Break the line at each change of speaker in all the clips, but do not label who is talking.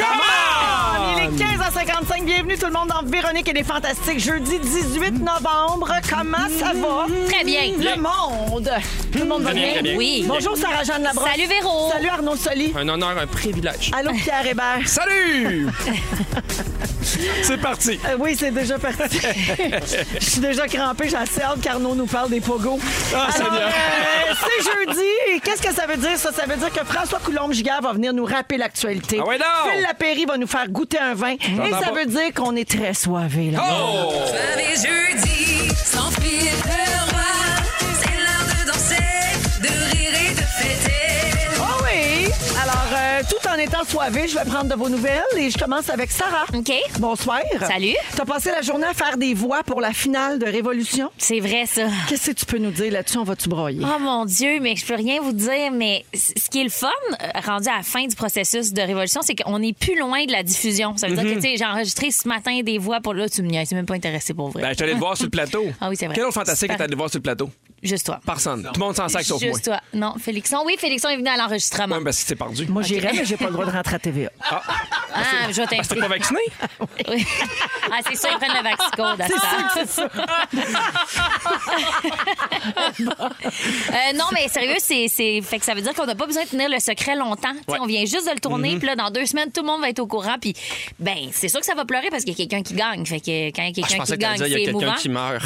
Il est 15 à 55. Bienvenue tout le monde dans Véronique et les Fantastiques. Jeudi 18 novembre. Comment ça va?
Très bien.
Le monde. Tout le monde va bien?
très bien.
Oui.
Bonjour Sarah Jeanne Labrosse.
Salut Véro.
Salut Arnaud Soli.
Un honneur, un privilège.
Allô Pierre Hébert.
Salut!
C'est parti.
Euh, oui, c'est déjà parti. Je suis déjà crampée, j'ai assez hâte qu'Arnaud nous parle des pogos.
Ah,
Alors,
Seigneur.
euh, c'est jeudi. Et Qu'est-ce que ça veut dire, ça? Ça veut dire que François Coulombe-Gigard va venir nous rappeler l'actualité.
Ah ouais, non!
Phil Lapéry va nous faire goûter un vin. Et ça
pas.
veut dire qu'on est très soivé. là.
Oh!
Savez jeudi, sans filer le roi, c'est l'heure de danser, de rire et de fêter.
Oh oui! Alors, euh, tout en étant soivé, je vais prendre de vos nouvelles et je commence avec Sarah.
OK.
Bonsoir.
Salut.
T'as passé la journée à faire des voix pour la finale de Révolution.
C'est vrai, ça.
Qu'est-ce que tu peux nous dire là-dessus? On va-tu broyer?
Oh mon Dieu, mais je peux rien vous dire, mais c- ce qui est le fun, euh, rendu à la fin du processus de révolution, c'est qu'on est plus loin de la diffusion. Ça veut dire que, tu sais, j'ai enregistré ce matin des voix pour là, tu me niaises, t'es même pas intéressé pour vrai.
Ben, je t'allais te voir sur le plateau.
Ah oui, c'est vrai.
Quel autre fantastique
Super.
est allé te voir sur le plateau?
Juste toi.
Personne. Tout le monde s'en sac sauf moi.
Juste toi. Non, Félixon. Oui, Félixon est venu à l'enregistrement.
Ouais, parce que c'est perdu.
Moi, j'irai, mais j'ai pas le droit de rentrer à TVA.
ah, je vais
Parce que t'es
t'inscrire.
pas vacciné?
Oui. ah, c'est ça, ils prennent le vaccicode à ça. Euh, non, mais sérieux, c'est, c'est- fait que ça veut dire qu'on n'a pas besoin de tenir le secret longtemps. Tu sais,
Ouais. Mm-hmm.
On vient juste de le tourner, puis là, dans deux semaines, tout le monde va être au courant. Puis, ben, c'est sûr que ça va pleurer parce qu'il y a quelqu'un qui gagne. Fait que quand il y a
Ah, je
quelqu'un
pensais
qui
que t'allais
gagne,
dire, il
c'est
y a quelqu'un
émouvant.
qui meurt.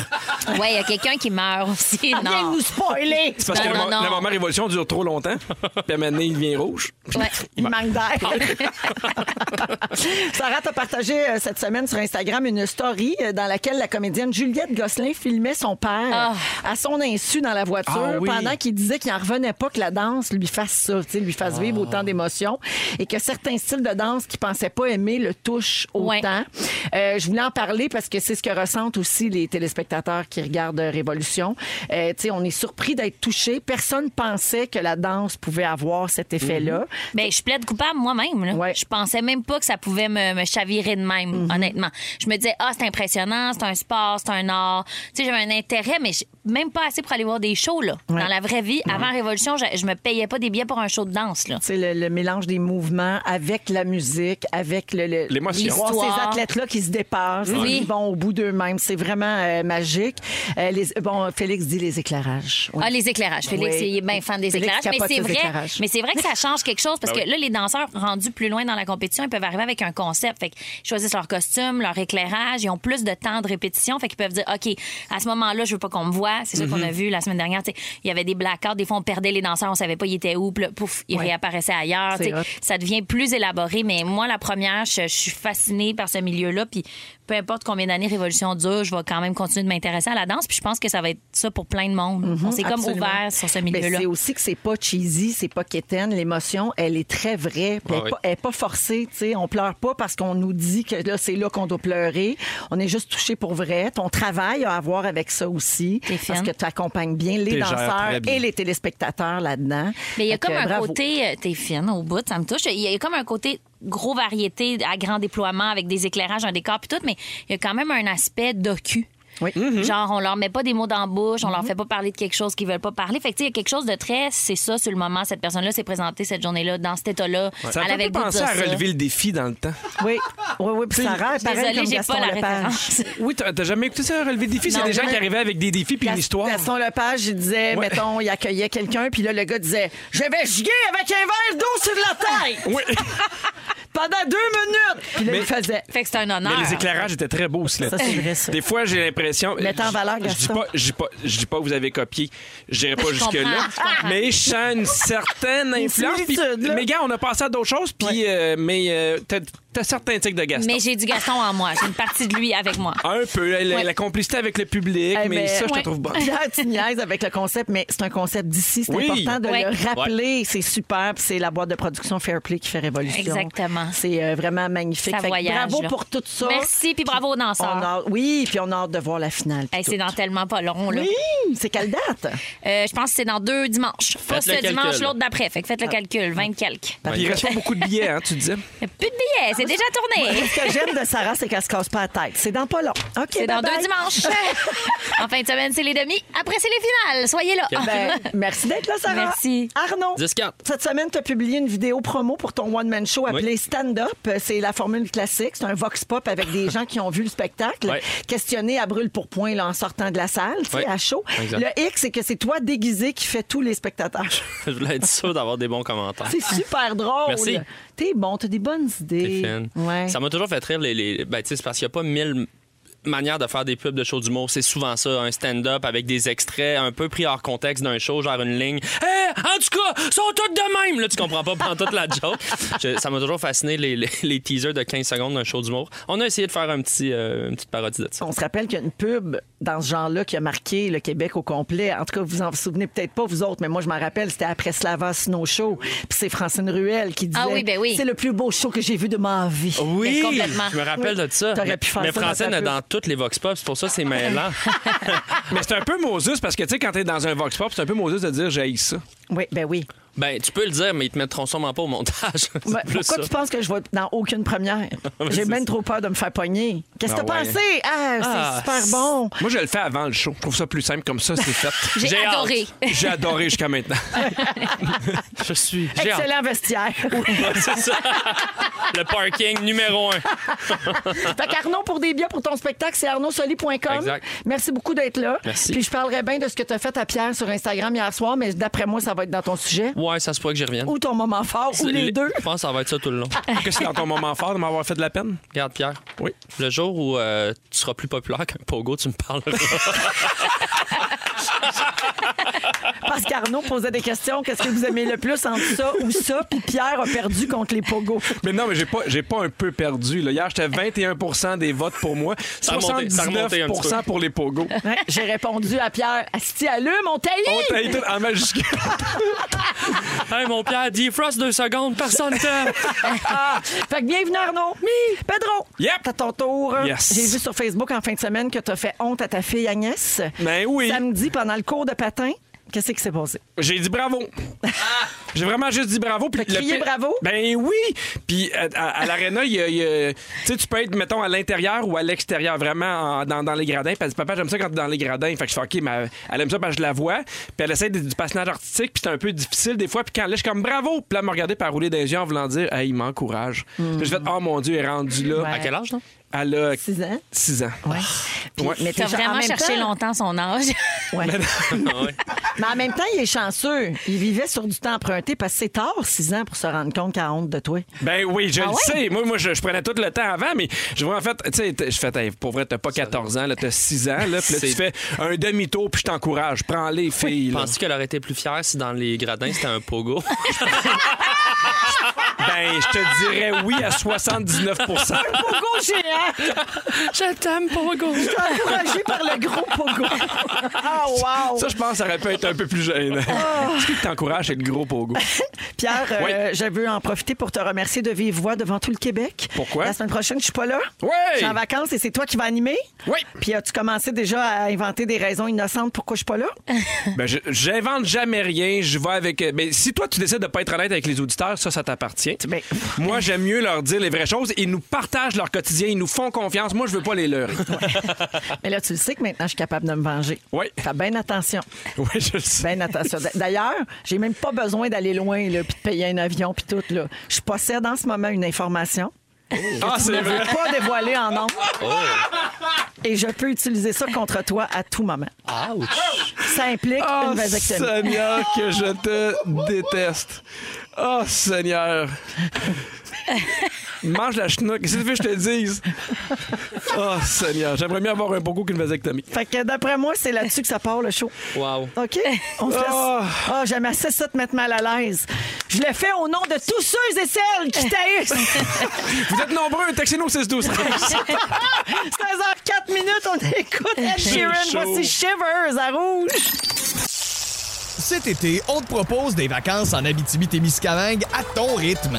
Ouais, il y a quelqu'un qui meurt aussi.
Ah, Viens
Ah, Non.
nous spoiler!
C'est parce que
Non,
le
non,
mo-
non.
le moment révolution dure trop longtemps. Puis à un moment donné, il devient rouge.
Ouais.
Il manque d'air. Sarah, t'as partagé euh, cette semaine sur Instagram une story euh, dans laquelle la comédienne Juliette Gosselin filmait son père
Ah.
à son insu dans la voiture
Ah oui.
pendant qu'il disait qu'il n'en revenait pas que la danse lui fasse ça, tu sais, lui fasse vivre autant d'émotions et que certains styles de danse qu'il pensait pas aimer le touchent
Ouais.
autant. Euh, je voulais en parler parce que c'est ce que ressentent aussi les téléspectateurs qui regardent euh, Révolution. Euh, tu sais, on est surpris d'être touché. Personne pensait que la danse pouvait avoir cet effet-là.
Ben, je plaide coupable moi-même. là.
Ouais.
Je pensais même pas que ça pouvait me, me chavirer de même, honnêtement. Je me disais, ah, c'est impressionnant, c'est un sport, c'est un art. Tu sais, j'avais un intérêt, mais j'ai même pas assez pour aller voir des shows, là. Dans la vraie vie, avant Révolution, je, je me payais pas des billets pour un show de danse, là.
C'est le, le mélange des mouvements avec la musique, avec le, le-
L'émotion.
Voir ces
L'histoire.
athlètes-là qui se dépassent,
Oui.
qui vont au bout d'eux-mêmes. C'est vraiment euh, magique. Euh, les, bon, Félix dit les éclairages. Oui.
Ah, les éclairages. Félix,
Oui.
il est bien fan des
Félix
éclairages. Mais
capote
c'est
ses
vrai.
éclairages.
Mais c'est vrai que ça change quelque chose parce que là, les danseurs rendus plus loin dans la compétition, ils peuvent arriver avec un concept. Fait qu'ils choisissent leur costume, leur éclairage. Ils ont plus de temps de répétition. Fait qu'ils peuvent dire, OK, à ce moment-là, je veux pas qu'on me voit. C'est ça
Mm-hmm.
qu'on a vu la semaine dernière. Tu sais, Il y avait des blackouts. Des fois, on perdait les danseurs. On savait pas, ils étaient où. Puis là, pouf, ils réapparaissaient ailleurs.
C'est
Tu sais,
hot.
Ça devient plus élaboré. Mais moi, la première, je, je suis fascinée par ce milieu-là. Puis peu importe combien d'années Révolution dure, je vais quand même continuer de m'intéresser à la danse. Puis je pense que ça va être ça pour plein de monde.
Mm-hmm.
On s'est comme
Mmh, Mm, Absolument.
ouvert sur ce
Mais
milieu-là.
c'est aussi que c'est pas cheesy, c'est pas quétaine. L'émotion, elle est très vraie. puis elle, est
Ah oui.
pas, elle est pas forcée. tu sais. On pleure pas parce qu'on nous dit que là, c'est là qu'on doit pleurer. On est juste touché pour vrai. Ton travail a à voir avec ça aussi.
T'es
Parce
fine.
que tu accompagnes bien les
T'es gère
danseurs
très bien.
et les téléspectateurs là-dedans.
Mais il y a
Fait que,
comme un
bravo.
côté, euh, t'es fine au bout, ça me touche. Il y a comme un côté gros variété à grand déploiement avec des éclairages, un décor puis tout, mais il y a quand même un aspect docu.
Oui.
Genre, on leur met pas des mots dans la bouche, on
Mm-hmm.
leur fait pas parler de quelque chose qu'ils veulent pas parler. Fait que, tu sais, il y a quelque chose de très, c'est ça sur le moment. Cette personne-là s'est présentée cette journée-là, dans cet état-là.
Ça
Elle
m'a
avait
fait
le goût de
penser
dire
à
ça.
relever le défi dans le temps.
Oui, oui, oui. Puis ça rare, pareil
Désolée,
comme
j'ai
Gaston
pas la
Lepage.
référence.
Oui, t'as t'as jamais écouté ça, relever le défi? C'est
Non,
des gens
jamais.
qui arrivaient avec des défis puis une
Gas-
histoire.
Gaston Lepage, il disait,
Ouais.
mettons, il accueillait quelqu'un, puis là, le gars disait Je vais giguer avec un verre d'eau sur la tête
Oui,
pendant deux minutes. Puis là,
Mais-
il faisait.
Fait que c'est un honneur.
mais les éclairages étaient très beaux aussi. là.
Ah, Ça, c'est vrai, ça.
Des fois, j'ai l'impression.
Mettez en
je-
valeur,
Je dis
Gaston.
pas, je dis pas, je dis pas que vous avez copié. J'irai pas
Je
jusque là.
comprends, je comprends.
Mais je sens une certaine influence. puis-
similitude, là.
mais gars, on a passé à d'autres choses. Puis, euh, mais euh, t'as, t'as certains tics de Gaston.
Mais j'ai du Gaston en moi. J'ai une partie de lui avec
Ah.
moi.
Un peu la, la-
Ouais.
la complicité avec le public,
Eh,
mais,
mais-
ça, je
Ouais.
te trouve bonne.
Pierre, tu niaises avec le concept, mais c'est un concept d'ici. C'est
Oui.
important de
Ouais.
le rappeler. C'est super. puis C'est la boîte de production Fairplay qui fait révolution.
Exactement.
C'est euh, vraiment magnifique.
Ça
Fait que
voyage,
bravo
là.
pour tout ça.
Merci, puis bravo aux
On
danseurs.
a- oui, puis on a hâte de voir la finale. puis
Hey,
tout.
c'est dans tellement pas long, là.
Oui, c'est quelle date?
Euh, je pense que c'est dans deux dimanches. Pas
Faites
ce
le calcul.
dimanche, l'autre d'après. Fait que faites le
Ah.
calcul, 20 quelques.
Puis il reste pas beaucoup de billets, hein, tu disais.
Plus de billets, c'est déjà tourné.
Ce que j'aime de Sarah, c'est qu'elle se casse pas la tête. C'est dans pas long. OK,
C'est dans
bye-bye.
deux dimanches. en fin de semaine, c'est les demi. Après, c'est les finales. Soyez là.
Ben, merci d'être là, Sarah.
Merci.
Arnaud.
10-4.
Cette semaine, tu as publié une vidéo promo pour ton one-man show appelé Stand Up. C'est la formule classique. C'est un vox pop avec des gens qui ont vu le spectacle.
Ouais.
Questionné à brûle pour point en sortant de la salle, tu sais,
Ouais.
à chaud.
Exact.
Le hic, c'est que c'est toi déguisé qui fais tous les spectateurs.
Je voulais être sûr d'avoir des bons commentaires.
c'est super drôle.
Merci.
T'es bon, t'as des bonnes idées.
Stéphane.
Ouais.
Ça m'a toujours fait rire les. les- ben, tu sais, c'est parce qu'il n'y a pas mille manières de faire des pubs de shows d'humour. C'est souvent ça, un stand-up avec des extraits un peu pris hors contexte d'un show, genre une ligne. Hey, en tout cas, sont toutes de même! Là, tu comprends pas pendant toute la joke. Je- ça m'a toujours fasciné les, les- les teasers de 15 secondes d'un show d'humour. On a essayé de faire un petit, euh, une petite parodie de ça.
On se rappelle qu'il y a une pub dans ce genre-là qui a marqué le Québec au complet. En tout cas, vous en vous souvenez peut-être pas, vous autres, mais moi, je m'en rappelle, c'était après Slava Snow Show. Puis c'est Francine Ruel qui disait
Ah oui, ben oui.
C'est le plus beau show que j'ai vu de ma vie.
Oui,
Mais complètement.
je me rappelle
Oui.
de ça.
T'aurais
Mais-
pu faire
mais
ça dans
Francine
ta
est
pub.
dans toutes les vox pops, c'est pour ça que c'est mêlant.
Mais c'est un peu Moses parce que, tu sais, quand t'es dans un Vox Pop, c'est un peu Moses de dire j'ai ça.
Oui, ben oui.
ben, tu peux le dire, mais ils te mettront sûrement pas au montage. C'est
Ben,
plus
pourquoi
ça.
tu penses que je vais être dans aucune première? J'ai
c'est
même
ça. Ben
trop peur de me faire pogner. Qu'est-ce que
Ah
t'as
ouais.
pensé? Ah,
Ah,
c'est super bon.
Moi, je le fais avant le show. Je trouve ça plus simple comme ça, c'est fait.
J'ai
hâte.
adoré.
J'ai adoré jusqu'à maintenant.
Je suis. j'ai hâte.
Excellent vestiaire.
Ouais, c'est ça. Le parking numéro un.
Fait qu'Arnaud, pour des billets pour ton spectacle, c'est arnaudsoli.com.
Exact.
Merci beaucoup d'être là.
Merci.
Puis je parlerai bien de ce que tu as fait à Pierre sur Instagram hier soir, mais d'après moi, ça va être dans ton sujet.
Ouais, ça se pourrait que j'y revienne.
Ou ton moment fort, ou les deux.
Je pense que ça va être ça tout le long.
que c'est dans ton moment fort de m'avoir fait de la peine?
Regarde, Pierre.
Oui.
Le jour où euh, tu seras plus populaire qu'un pogo, tu me parleras.
Parce qu'Arnaud posait des questions. Qu'est-ce que vous aimez le plus entre ça ou ça? Puis Pierre a perdu contre les pogos.
Mais non, mais j'ai pas, j'ai pas un peu perdu. là. Hier, j'étais 21 des votes pour moi,
a remonté, ça a remonté un
79
petit peu.
pour les pogos.
Ouais, Hein? J'ai répondu à Pierre, Asti, allume, on t'haït!
On t'a tout en majuscule.
hey, mon Pierre, defrost deux secondes, personne t'aime.
Ah! Fait que bienvenue Arnaud. Pedro,
Yep.
t'as ton tour.
Yes.
J'ai vu sur Facebook en fin de semaine que t'as fait honte à ta fille Agnès.
Ben oui.
Samedi, pendant le cours de patin, qu'est-ce qui s'est passé?
J'ai dit bravo. J'ai vraiment juste dit bravo. Puis
T'as
le
crié
pi-
bravo?
Ben oui. Puis à, à- à l'aréna, il y a- il y a- tu sais, tu peux être, mettons, à l'intérieur ou à l'extérieur, vraiment en- dans, dans les gradins. Puis elle dit, papa, j'aime ça quand t'es dans les gradins. Fait que je fais, OK, mais elle aime ça parce que je la vois. Puis elle essaie de- du patinage artistique, puis c'est un peu difficile des fois. Puis quand là, je suis comme bravo. Puis là, elle m'a regardé par rouler des yeux en voulant dire, hey, il m'encourage. Puis je fais, oh mon Dieu, elle est rendue là.
Ouais.
À quel âge, non?
Elle a
Six ans.
6 ans.
Ouais. Puis-
Ouais.
mais
T'as
t'es genre- en
vraiment
même
cherché
temps-
longtemps son âge.
Ouais.
Ah ouais.
mais en même temps, il est chanceux. Il vivait sur du temps emprunté parce que c'est tard, 6 ans, pour se rendre compte qu'il a honte de toi.
Ben oui, je
Ah
le
ouais?
sais. Moi, moi je, je prenais tout le temps avant, mais je vois en fait, tu sais, t- je fais, Hey, pour vrai, t'as pas 14 ans, là, t'as 6 ans, là, puis là, tu
C'est-
fais un demi-tour, puis je t'encourage. Prends les filles. là.
Penses-tu qu'elle aurait été plus fière si dans les gradins c'était un pogo?
Ben, je te dirais oui à 79
Pogo géant!
Je t'aime, pogo.
Encouragé par le gros pogo. Ah, wow!
Ça, je pense, ça aurait pu être un peu plus gênant. Est-ce que t'encourages à être gros pogo?
Pierre, euh, je veux en profiter pour te remercier de vive voix devant tout le Québec.
Pourquoi?
La semaine prochaine, je suis pas là.
Ouais!
Je suis en vacances et c'est toi qui vas animer.
Oui.
Puis as-tu commencé déjà à inventer des raisons innocentes pourquoi je suis pas là?
Ben, je- j'invente jamais rien. Je vais avec. euh, Ben, si toi, tu décides de pas être honnête avec les auditeurs, ça, ça t'appartient. quotidien. Moi, j'aime mieux leur dire les vraies choses. Ils nous partagent leur quotidien, ils nous font confiance. Moi, je veux pas les leurrer.
Mais là, tu le sais que maintenant, je suis capable de me venger.
Oui.
Fais bien attention.
Oui, je le sais.
Bien attention. D'ailleurs, j'ai même pas besoin d'aller loin, là, puis de payer un avion, puis tout, là. Je possède en ce moment une information
Ah, c'est
Je ne
vrai.
veux pas dévoiler en nom. Et je peux utiliser ça contre toi à tout moment. Ça implique
Oh,
une vasectomie.
Seigneur, que je te déteste. Oh, Seigneur. Mange la chenoute. Qu'est-ce que tu veux que je te dise? Oh, Seigneur. J'aimerais mieux avoir un pogo qu'une vasectomie.
Fait que d'après moi, c'est là-dessus que ça part le show.
Wow.
OK? On se laisse.
Ah.
Ah, j'aime assez ça te mettre mal à l'aise. Je le fais au nom de tous ceux et celles qui taillissent.
Vous êtes nombreux. Textez-nous au 6-12.
16h04 minutes, on écoute Ed Sheeran.
chaud.
Voici Shivers à rouge.
Cet été, on te propose des vacances en Abitibi-Témiscamingue à ton rythme.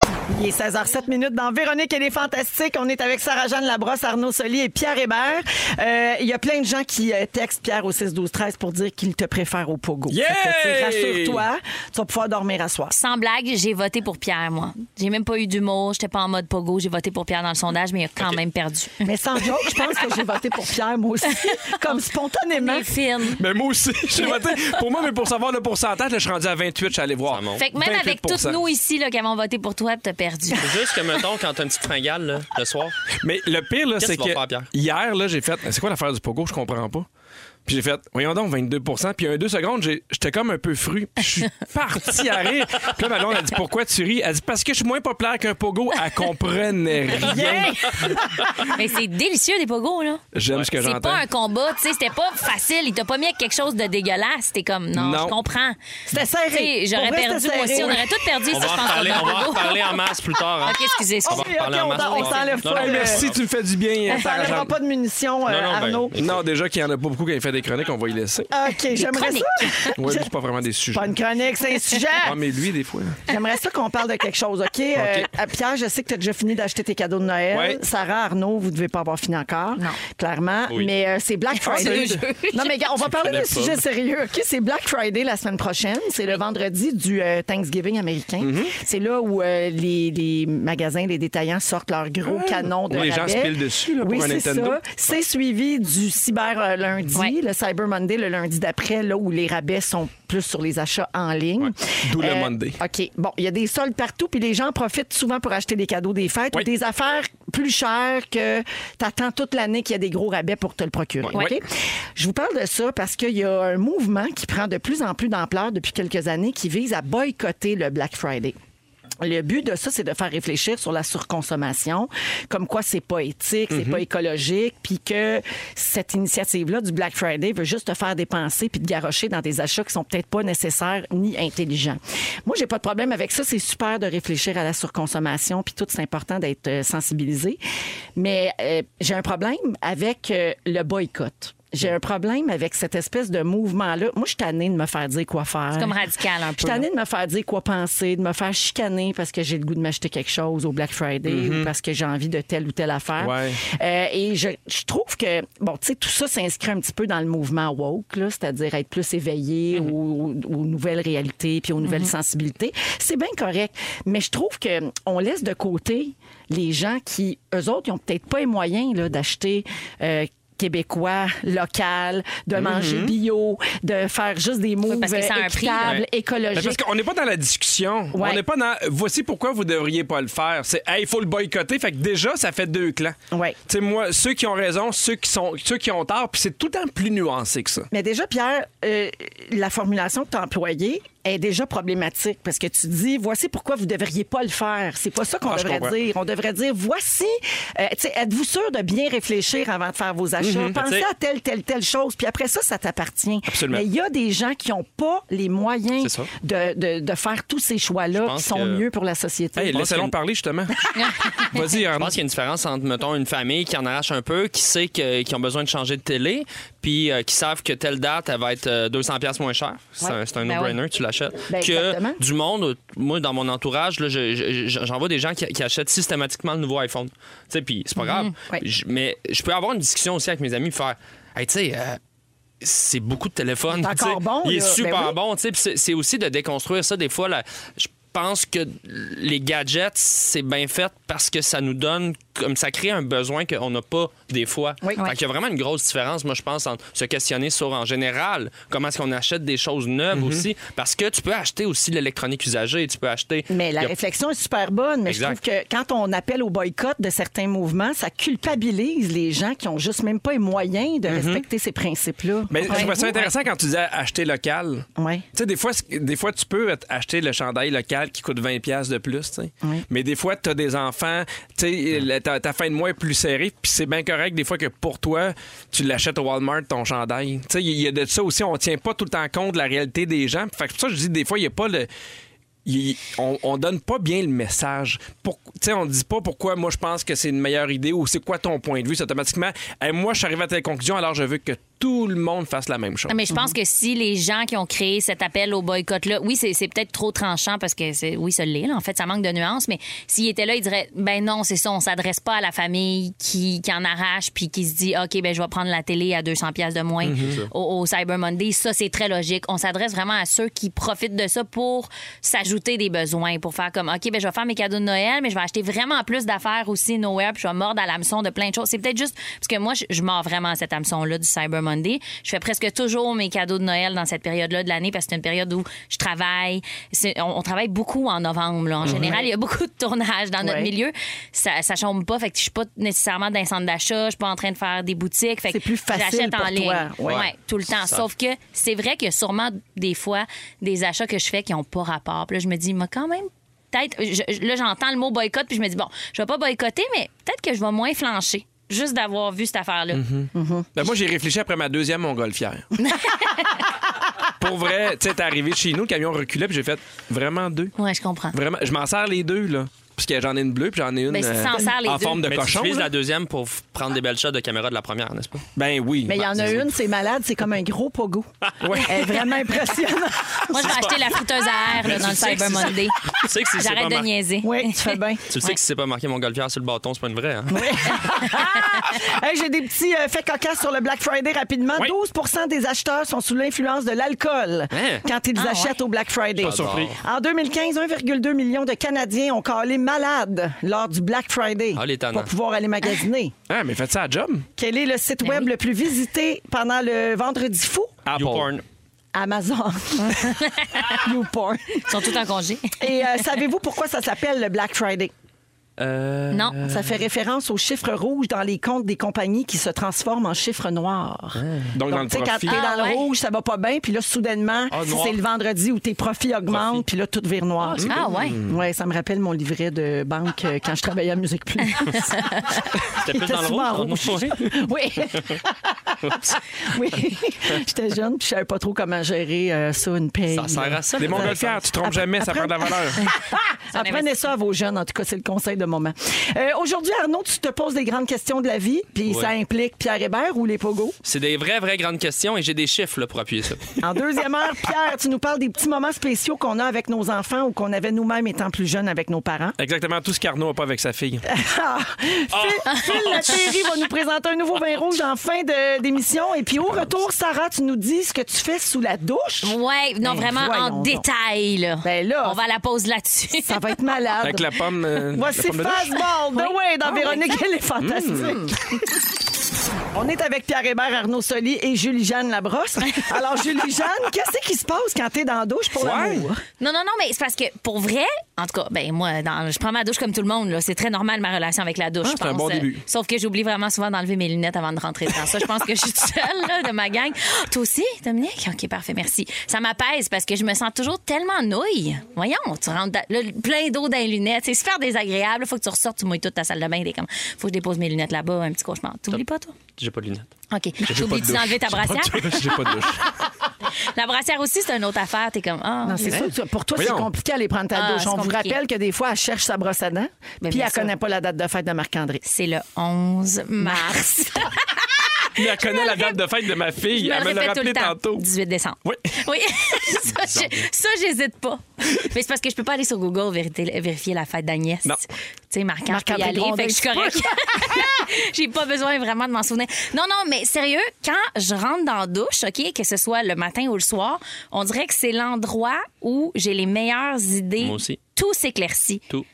Il est 16h07 minutes dans Véronique et les Fantastiques. On est avec Sarah-Jeanne Labrosse, Arnaud Soli et Pierre Hébert. Euh, Il y a plein de gens qui euh, textent Pierre au 6-12-13 pour dire qu'ils te préfèrent au Pogo.
Yeah!
Fait que, tu sais, Rassure-toi, tu vas pouvoir dormir à soir.
Sans blague, j'ai voté pour Pierre, moi. J'ai même pas eu d'humour, j'étais pas en mode pogo, j'ai voté pour Pierre dans le sondage, mais il a quand même perdu.
Mais sans joke, je pense que j'ai voté pour Pierre, moi aussi. Comme spontanément.
Mais fine.
Mais moi aussi, j'ai voté pour moi, mais pour savoir le pourcentage, là, je suis rendu à 28, je suis allé voir.
Ça monte.
Fait que même
28%.
avec toutes nous ici là, qui avons voté pour toi, t'as perdu.
Juste que, mettons, quand t'as une petite fringale, là, le soir.
Mais le pire, là,
Qu'est-ce
c'est
que tu
que
vas faire, Pierre?
hier, là, j'ai fait. C'est quoi l'affaire du pogo? Je comprends pas. Puis j'ai fait, voyons donc, 22 Puis en deux secondes, j'ai- j'étais comme un peu fru. Puis Je suis parti à rire. Puis là, ma blonde, elle dit, pourquoi tu ris? Elle dit, parce que je suis moins populaire qu'un pogo. Elle comprenait rien.
mais c'est délicieux des pogos, là.
J'aime ce que
C'est
j'entends.
pas un combat, tu sais, c'était pas facile. Il t'a pas mis avec quelque chose de dégueulasse. C'était comme, non,
Non.
je comprends.
C'était
Tu sais,
serré.
J'aurais
Pour vrai,
perdu,
c'était
moi aussi.
serré.
On aurait tous perdu
On
si
va
je
en
pense
reparler, on va en
pogo.
reparler en masse plus tard. hein.
OK, excusez,
On va
excusez.
Ok,
reparler en
ok,
masse.
on- on s'enlève
Non,
pas
non,
le- euh,
Merci, tu me fais du bien.
Ça n'enlèvera pas de munitions, euh,
Non, non, ben,
Arnaud.
Non, déjà qu'il n'y en a pas beaucoup qui a fait des chroniques, on va y laisser.
OK, j'aimerais ça.
Oui, mais c'est pas vraiment des sujets.
Pas une chronique, c'est un sujet.
Ah, mais lui, des fois.
J'aimerais ça qu'on parle de quelque chose, OK? Euh, à Pierre, je sais que tu as déjà fini d'acheter tes cadeaux de Noël.
Ouais.
Sarah, Arnaud, vous ne devez pas avoir fini encore,
Non.
clairement.
Oui.
Mais euh, c'est Black Friday.
C'est le jeu.
non, mais gars, on va parler
connais
de sujet sérieux, OK? C'est Black Friday la semaine prochaine. C'est le vendredi du euh, Thanksgiving américain.
Mm-hmm.
C'est là où euh, les, les magasins, les détaillants sortent leurs gros canons de
Ah. Où les gens
rabais.
se pilent dessus, là, pour
oui,
un
c'est
Nintendo.
ça. C'est suivi du cyber euh, lundi,
Ouais.
le Cyber Monday le lundi d'après, là où les rabais sont plus sur les achats en ligne.
D'où le Monday.
Euh, OK. Bon, il y a des soldes partout, puis les gens en profitent souvent pour acheter des cadeaux des fêtes
Oui.
ou des affaires plus chères que t'attends toute l'année qu'il y a des gros rabais pour te le procurer.
Oui.
OK? Je vous parle de ça parce qu'il y a un mouvement qui prend de plus en plus d'ampleur depuis quelques années qui vise à boycotter le Black Friday. Le but de ça, c'est de faire réfléchir sur la surconsommation, comme quoi c'est pas éthique, c'est
Mhm.
pas écologique, puis que cette initiative-là du Black Friday veut juste te faire dépenser puis te garrocher dans des achats qui sont peut-être pas nécessaires ni intelligents. Moi, j'ai pas de problème avec ça. C'est super de réfléchir à la surconsommation, puis tout, c'est important d'être euh, sensibilisé. Mais euh, j'ai un problème avec euh, le boycott. J'ai
Mm.
un problème avec cette espèce de mouvement-là. Moi, je suis tannée de me faire dire quoi faire.
comme radical, un peu,
Je suis tannée de me faire dire quoi penser, de me faire chicaner parce que j'ai le goût de m'acheter quelque chose au Black Friday ou parce que j'ai envie de telle ou telle affaire.
Ouais.
Euh, et je, je trouve que, bon, tu sais, tout ça s'inscrit un petit peu dans le mouvement woke, là, c'est-à-dire être plus éveillé aux, aux nouvelles réalités puis aux nouvelles sensibilités. C'est bien correct, mais je trouve que on laisse de côté les gens qui, eux autres, ils ont peut-être pas les moyens là, d'acheter. euh, québécois, local, de manger bio, de faire juste des moves
parce que ça a un prix, là.
équitables,
Mais
écologiques.
Ben, parce qu'on n'est pas dans la discussion.
Ouais.
On n'est pas dans. Voici pourquoi vous devriez pas le faire. C'est, hey, il faut le boycotter. Fait que déjà, ça fait deux clans.
Ouais.
Tu sais, moi, ceux qui ont raison, ceux qui sont, ceux qui ont tort, puis c'est tout le temps plus nuancé que ça.
Mais déjà, Pierre, euh, la formulation que tu as employée, est déjà problématique parce que tu dis voici pourquoi vous devriez pas le faire. C'est pas ça qu'on
Ah, je
devrait
comprends.
dire. On devrait dire voici. euh, tu sais, êtes-vous sûr de bien réfléchir avant de faire vos achats
Mm-hmm.
Pensez
T'sais-
à telle telle telle chose. Puis après ça, ça t'appartient.
Absolument.
Mais il y a des gens qui n'ont pas les moyens
C'est ça.
de, de- de faire tous ces
Je
choix-là qui
pense
sont
que-
mieux pour la société.
Hey,
pense
laissez-le
qu'il-
parler, justement. Vas-y,
Je
Arnaud.
pense qu'il y a une différence entre, mettons, une famille qui en arrache un peu, qui sait que- qu'ils ont besoin de changer de télé, puis euh, qui savent que telle date, elle va être euh, 200$ piastres moins chère. C'est
Ouais.
un, c'est un
Ben
no-brainer, tu l'achètes.
Ben,
que
exactement.
du monde, euh, moi, dans mon entourage, là, je- je- je- j'en vois des gens qui, qui achètent systématiquement le nouveau iPhone. Tu sais, puis c'est pas grave.
Mm-hmm. ouais.
Je- mais je peux avoir une discussion aussi avec mes amis, faire, hey, tu sais, euh, c'est beaucoup de téléphones.
C'est
tu sais.
encore bon,
Il est
là.
super
Ben oui.
bon. tu sais, puis C'est c'est aussi de déconstruire ça. Des fois, la- je pense que les gadgets, c'est bien fait parce que ça nous donne, comme ça crée un besoin qu'on n'a pas des fois.
Oui.
Fait
Ouais.
qu'il y a vraiment une grosse différence, moi, je pense, entre se questionner sur, en général, comment est-ce qu'on achète des choses neuves
Mm-hmm.
aussi. Parce que tu peux acheter aussi de l'électronique usagée. Tu peux acheter.
Mais la
il y a-
réflexion est super bonne. Mais je
Exact.
trouve que quand on appelle au boycott de certains mouvements, ça culpabilise les gens qui ont juste même pas les moyens de respecter ces principes-là.
Mais je trouve ça
Comprenez-vous?
intéressant quand tu disais acheter local.
Ouais.
Tu sais, des fois, c'est- des fois, tu peux t- acheter le chandail local qui coûte 20$ piastres de plus, tu sais.
Oui.
Mais des fois, tu as des enfants, tu sais, la- ta, ta fin de mois est plus serrée, puis c'est bien correct des fois que pour toi, tu l'achètes au Walmart, ton chandail. Tu sais, il y a de ça aussi, on tient pas tout le temps compte de la réalité des gens. Fait que c'est pour ça, que je dis, des fois, il y a pas le... il- on, on donne pas bien le message. Pour, tu sais, on dit pas pourquoi moi je pense que c'est une meilleure idée ou c'est quoi ton point de vue. C'est automatiquement, Hey, moi je suis arrivé à telle conclusion, alors je veux que tout le monde fasse la même chose.
Non, mais je pense que si les gens qui ont créé cet appel au boycott-là, oui, c'est c'est peut-être trop tranchant parce que, c'est- oui, ça l'est, là. en fait, ça manque de nuances, mais s'ils étaient là, ils diraient, ben non, c'est ça, on s'adresse pas à la famille qui, qui en arrache puis qui se dit, OK, ben je vais prendre la télé à 200 pièces de moins
Mhm.
au, au Cyber Monday. Ça, c'est très logique. On s'adresse vraiment à ceux qui profitent de ça pour s'ajouter des besoins, pour faire comme, OK, ben je vais faire mes cadeaux de Noël, mais je vais acheter vraiment plus d'affaires aussi Nowhere, puis je vais mordre à l'hameçon de plein de choses. C'est peut-être juste parce que moi, je, je mords vraiment à cet hameçon-là du Cyber Monday. Je fais presque toujours mes cadeaux de Noël dans cette période-là de l'année parce que c'est une période où je travaille. C'est- On, on travaille beaucoup en novembre. là. En général, il y a beaucoup de tournages dans notre
Ouais.
milieu. Ça, ça chambre pas. Fait que je suis pas nécessairement dans un centre d'achat. Je suis pas en train de faire des boutiques. Fait que
C'est plus facile
j'achète en
pour
ligne.
toi, ouais.
Ouais, tout le temps.
Ça.
Sauf que c'est vrai qu'il y a sûrement des fois des achats que je fais qui n'ont pas rapport. Puis là, je me dis, moi, quand même, peut-être. je- je- là, j'entends le mot boycott, puis je me dis, bon, je vais pas boycotter, mais peut-être que je vais moins flancher. Juste d'avoir vu cette affaire-là.
Mm-hmm.
Ben, moi, j'ai réfléchi après ma deuxième montgolfière. Pour vrai, tu sais, t'es arrivé chez nous, le camion reculait, puis j'ai fait vraiment deux.
Ouais, je comprends.
Ben,
Vraiment, je m'en sers les deux, là. Parce que j'en ai une bleue, puis j'en ai une euh,
Ben, si tu t'en sers les
en
deux.
forme de
mais
cochon.
tu utilises
là.
la deuxième pour f- prendre des belles shots de caméra de la première, n'est-ce pas?
Ben oui.
Mais il y en Euh, a une, c'est malade, c'est comme un gros pogo. Elle est vraiment impressionnante.
Moi, je vais acheter la friteuse à air là, dans le Cyber Monday.
Tu sais que si c'est pas
J'arrête de
mar-
niaiser.
Oui, tu fais bien.
Tu le sais que si c'est pas marqué mon golfière sur le bâton, c'est pas une vraie. hein?
Hey, J'ai des petits euh, faits cocasses sur le Black Friday rapidement.
Oui.
12 des acheteurs sont sous l'influence de l'alcool
Hein?
quand ils
Ah,
achètent au Black Friday.
Pas surpris.
En 2015, 1,2 million de Canadiens ont calé malade lors du Black Friday
Ah, les tannants.
pour pouvoir aller magasiner.
Ah, mais faites ça à job.
Quel est le site web le plus visité pendant le vendredi fou?
Apple.
YouPorn.
Amazon. YouPorn.
Ils sont tous en congé.
Et euh, savez-vous pourquoi ça s'appelle le Black Friday?
Euh,
Non.
Ça fait référence aux chiffres rouges dans les comptes des compagnies qui se transforment en chiffres noirs.
Donc, dans le
tu sais, quand
profit.
t'es dans
Ah,
le
ouais.
rouge, ça va pas bien, puis là, soudainement,
Ah,
si
noir.
c'est le vendredi où tes profits augmentent, puis là, tout vire noir.
Ah, ouais.
hmm.
Ouais, ça me rappelle mon livret de banque euh, quand je travaillais à Musique Plus.
C'était plus
T'es
dans le
souvent
rouge.
rouge. oui. oui. J'étais jeune, puis je savais pas trop comment gérer euh, ça, une paye.
Ça sert à ça.
Des
le
montgolfières, tu te trompes jamais, ça prend de la valeur.
Apprenez Ah, ça à vos jeunes, en tout cas, c'est le conseil de moment. Euh, Aujourd'hui, Arnaud, tu te poses des grandes questions de la vie, puis
Ouais.
ça implique Pierre Hébert ou les pogos.
C'est des vraies, vraies grandes questions et j'ai des chiffres là, pour appuyer ça.
En deuxième heure, Pierre, tu nous parles des petits moments spéciaux qu'on a avec nos enfants ou qu'on avait nous-mêmes étant plus jeunes avec nos parents.
Exactement tout ce qu'Arnaud n'a pas avec sa fille.
Ah! Phil, Phil Lapéry va nous présenter un nouveau vin rouge en fin de- d'émission. Et puis au retour, Sarah, tu nous dis ce que tu fais sous la douche.
Ouais, non,
Ben,
vraiment en
voyons donc.
détail. Là.
Ben là.
On va à la pause là-dessus.
Ça va être malade.
Avec la pomme. euh, la
Voici
pomme de douche.
Ah Fastball, The Way dans Véronique, elle est fantastique.
Mmh.
On est avec Pierre Hébert, Arnaud Soli et Julie-Jeanne Labrosse. Alors, Julie-Jeanne, qu'est-ce qui se passe quand t'es dans la douche pour l'amour?
Non, non, non, mais c'est parce que pour vrai, en tout cas, ben moi, dans- je prends ma douche comme tout le monde. là. C'est très normal ma relation avec la douche.
Ah,
je
c'est un
pense.
bon début.
Euh, Sauf que j'oublie vraiment souvent d'enlever mes lunettes avant de rentrer dedans. Ça, je pense que je suis toute seule là, de ma gang. Ah, Toi aussi, Dominique? OK, parfait, merci. Ça m'apaise parce que je me sens toujours tellement nouille. Voyons, tu rentres dans- là, plein d'eau dans les lunettes. C'est super désagréable. Faut que tu ressortes, tu mouilles toute ta salle de bain. T'es comme, faut que je dépose mes lunettes là-bas, un petit cauchemar. T'oublies pas, toi?
J'ai pas de lunettes.
OK.
J'ai pas de
J'oublie-tu
douche.
d'enlever ta
J'ai pas de
brassière?
douche, J'ai pas de douche.
La brassière aussi, c'est une autre affaire. T'es comme, ah,
Non, c'est sûr. que Pour toi, c'est
Voyons.
compliqué aller prendre ta
Ah,
douche.
c'est
On vous
compliqué.
rappelle que des fois, elle cherche sa brosse à dents,
Ben,
puis
bien
elle
sûr.
connaît pas la date de fête de Marc-André.
c'est le 11 mars.
Mais elle connaît la date de fête de ma fille.
Je
Elle me
me le
l'a
répète tout
rappelé
le temps.
tantôt.
18 décembre.
Oui.
Oui. ça, je- ça, j'hésite pas. Mais c'est parce que je peux pas aller sur Google vérité- vérifier la fête d'Agnès.
Non.
Tu sais, Marc-André, je peux y
Marc-André
aller,
Grondin,
fait que je suis
tu peux.
correcte. J'ai pas besoin vraiment de m'en souvenir. Non, non, mais sérieux, quand je rentre dans la douche, OK, que ce soit le matin ou le soir, on dirait que c'est l'endroit où j'ai les meilleures idées.
Moi aussi.
Tout s'éclaircit
Tout.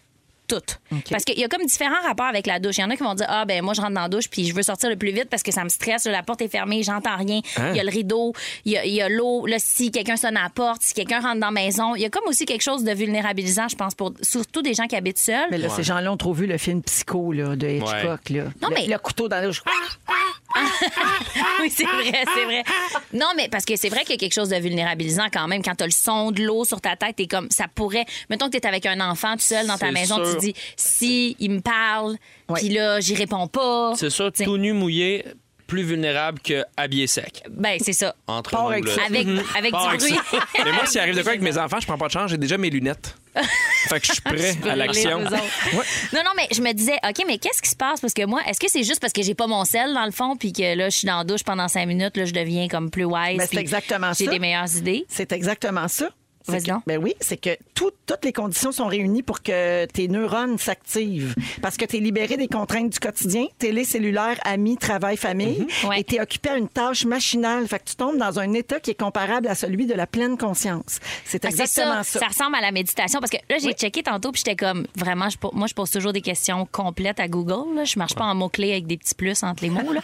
toutes. Parce qu'il y a comme différents rapports avec la douche. Il y en a qui vont dire Ah, ben moi, je rentre dans la douche puis je veux sortir le plus vite parce que ça me stresse. La porte est fermée, j'entends rien. Il
Hein?
y a le rideau, il y a- il y a l'eau. Là, si quelqu'un sonne à la porte, si quelqu'un rentre dans la maison, il y a comme aussi quelque chose de vulnérabilisant, je pense, pour surtout des gens qui habitent seuls.
Mais là, ces gens-là ont trop vu le film Psycho là, de Hitchcock. Là.
Non,
le,
mais- Ah!
le couteau dans la douche.
oui, c'est vrai, c'est vrai. Non, mais parce que c'est vrai qu'il y a quelque chose de vulnérabilisant quand même. Quand t'as le son de l'eau sur ta tête, t'es comme, ça pourrait. Mettons que t'es avec un enfant tout seul dans ta
C'est
maison,
sûr.
tu dis, si il me parle, puis là, j'y réponds pas.
C'est sûr,
T'sais,
tout nu mouillé, plus vulnérable que habillé sec.
Ben, c'est ça.
Entre
Part
nous,
avec
là.
ça.
Avec,
Mhm.
avec
Bon,
du
avec
bruit.
Mais moi, s'il arrive de quoi avec mes enfants, je prends pas de chance. J'ai déjà mes lunettes. Fait que je suis prêt à l'action. Ouais.
Non, non, mais je me disais, OK, mais qu'est-ce qui se passe? Parce que moi, est-ce que c'est juste parce que j'ai pas mon sel, dans le fond, puis que là, je suis dans la douche pendant cinq minutes, là, je deviens comme plus wise.
Ben, c'est
puis
exactement
J'ai
ça.
des meilleures idées.
C'est exactement ça. C'est
Vas-y
que-
donc.
ben oui, c'est que tout- toutes les conditions sont réunies pour que tes neurones s'activent. Parce que tu es libéré des contraintes du quotidien, télé, cellulaire, amis, travail, famille,
Mm-hmm. Ouais.
et tu es occupé à une tâche machinale. Fait que tu tombes dans un état qui est comparable à celui de la pleine conscience. C'est
Ah, c'est
exactement ça.
ça ressemble à la méditation parce que là j'ai checké tantôt puis j'étais comme vraiment je po- moi je pose toujours des questions complètes à Google là. je marche pas en mots clés avec des petits plus entre les mots là.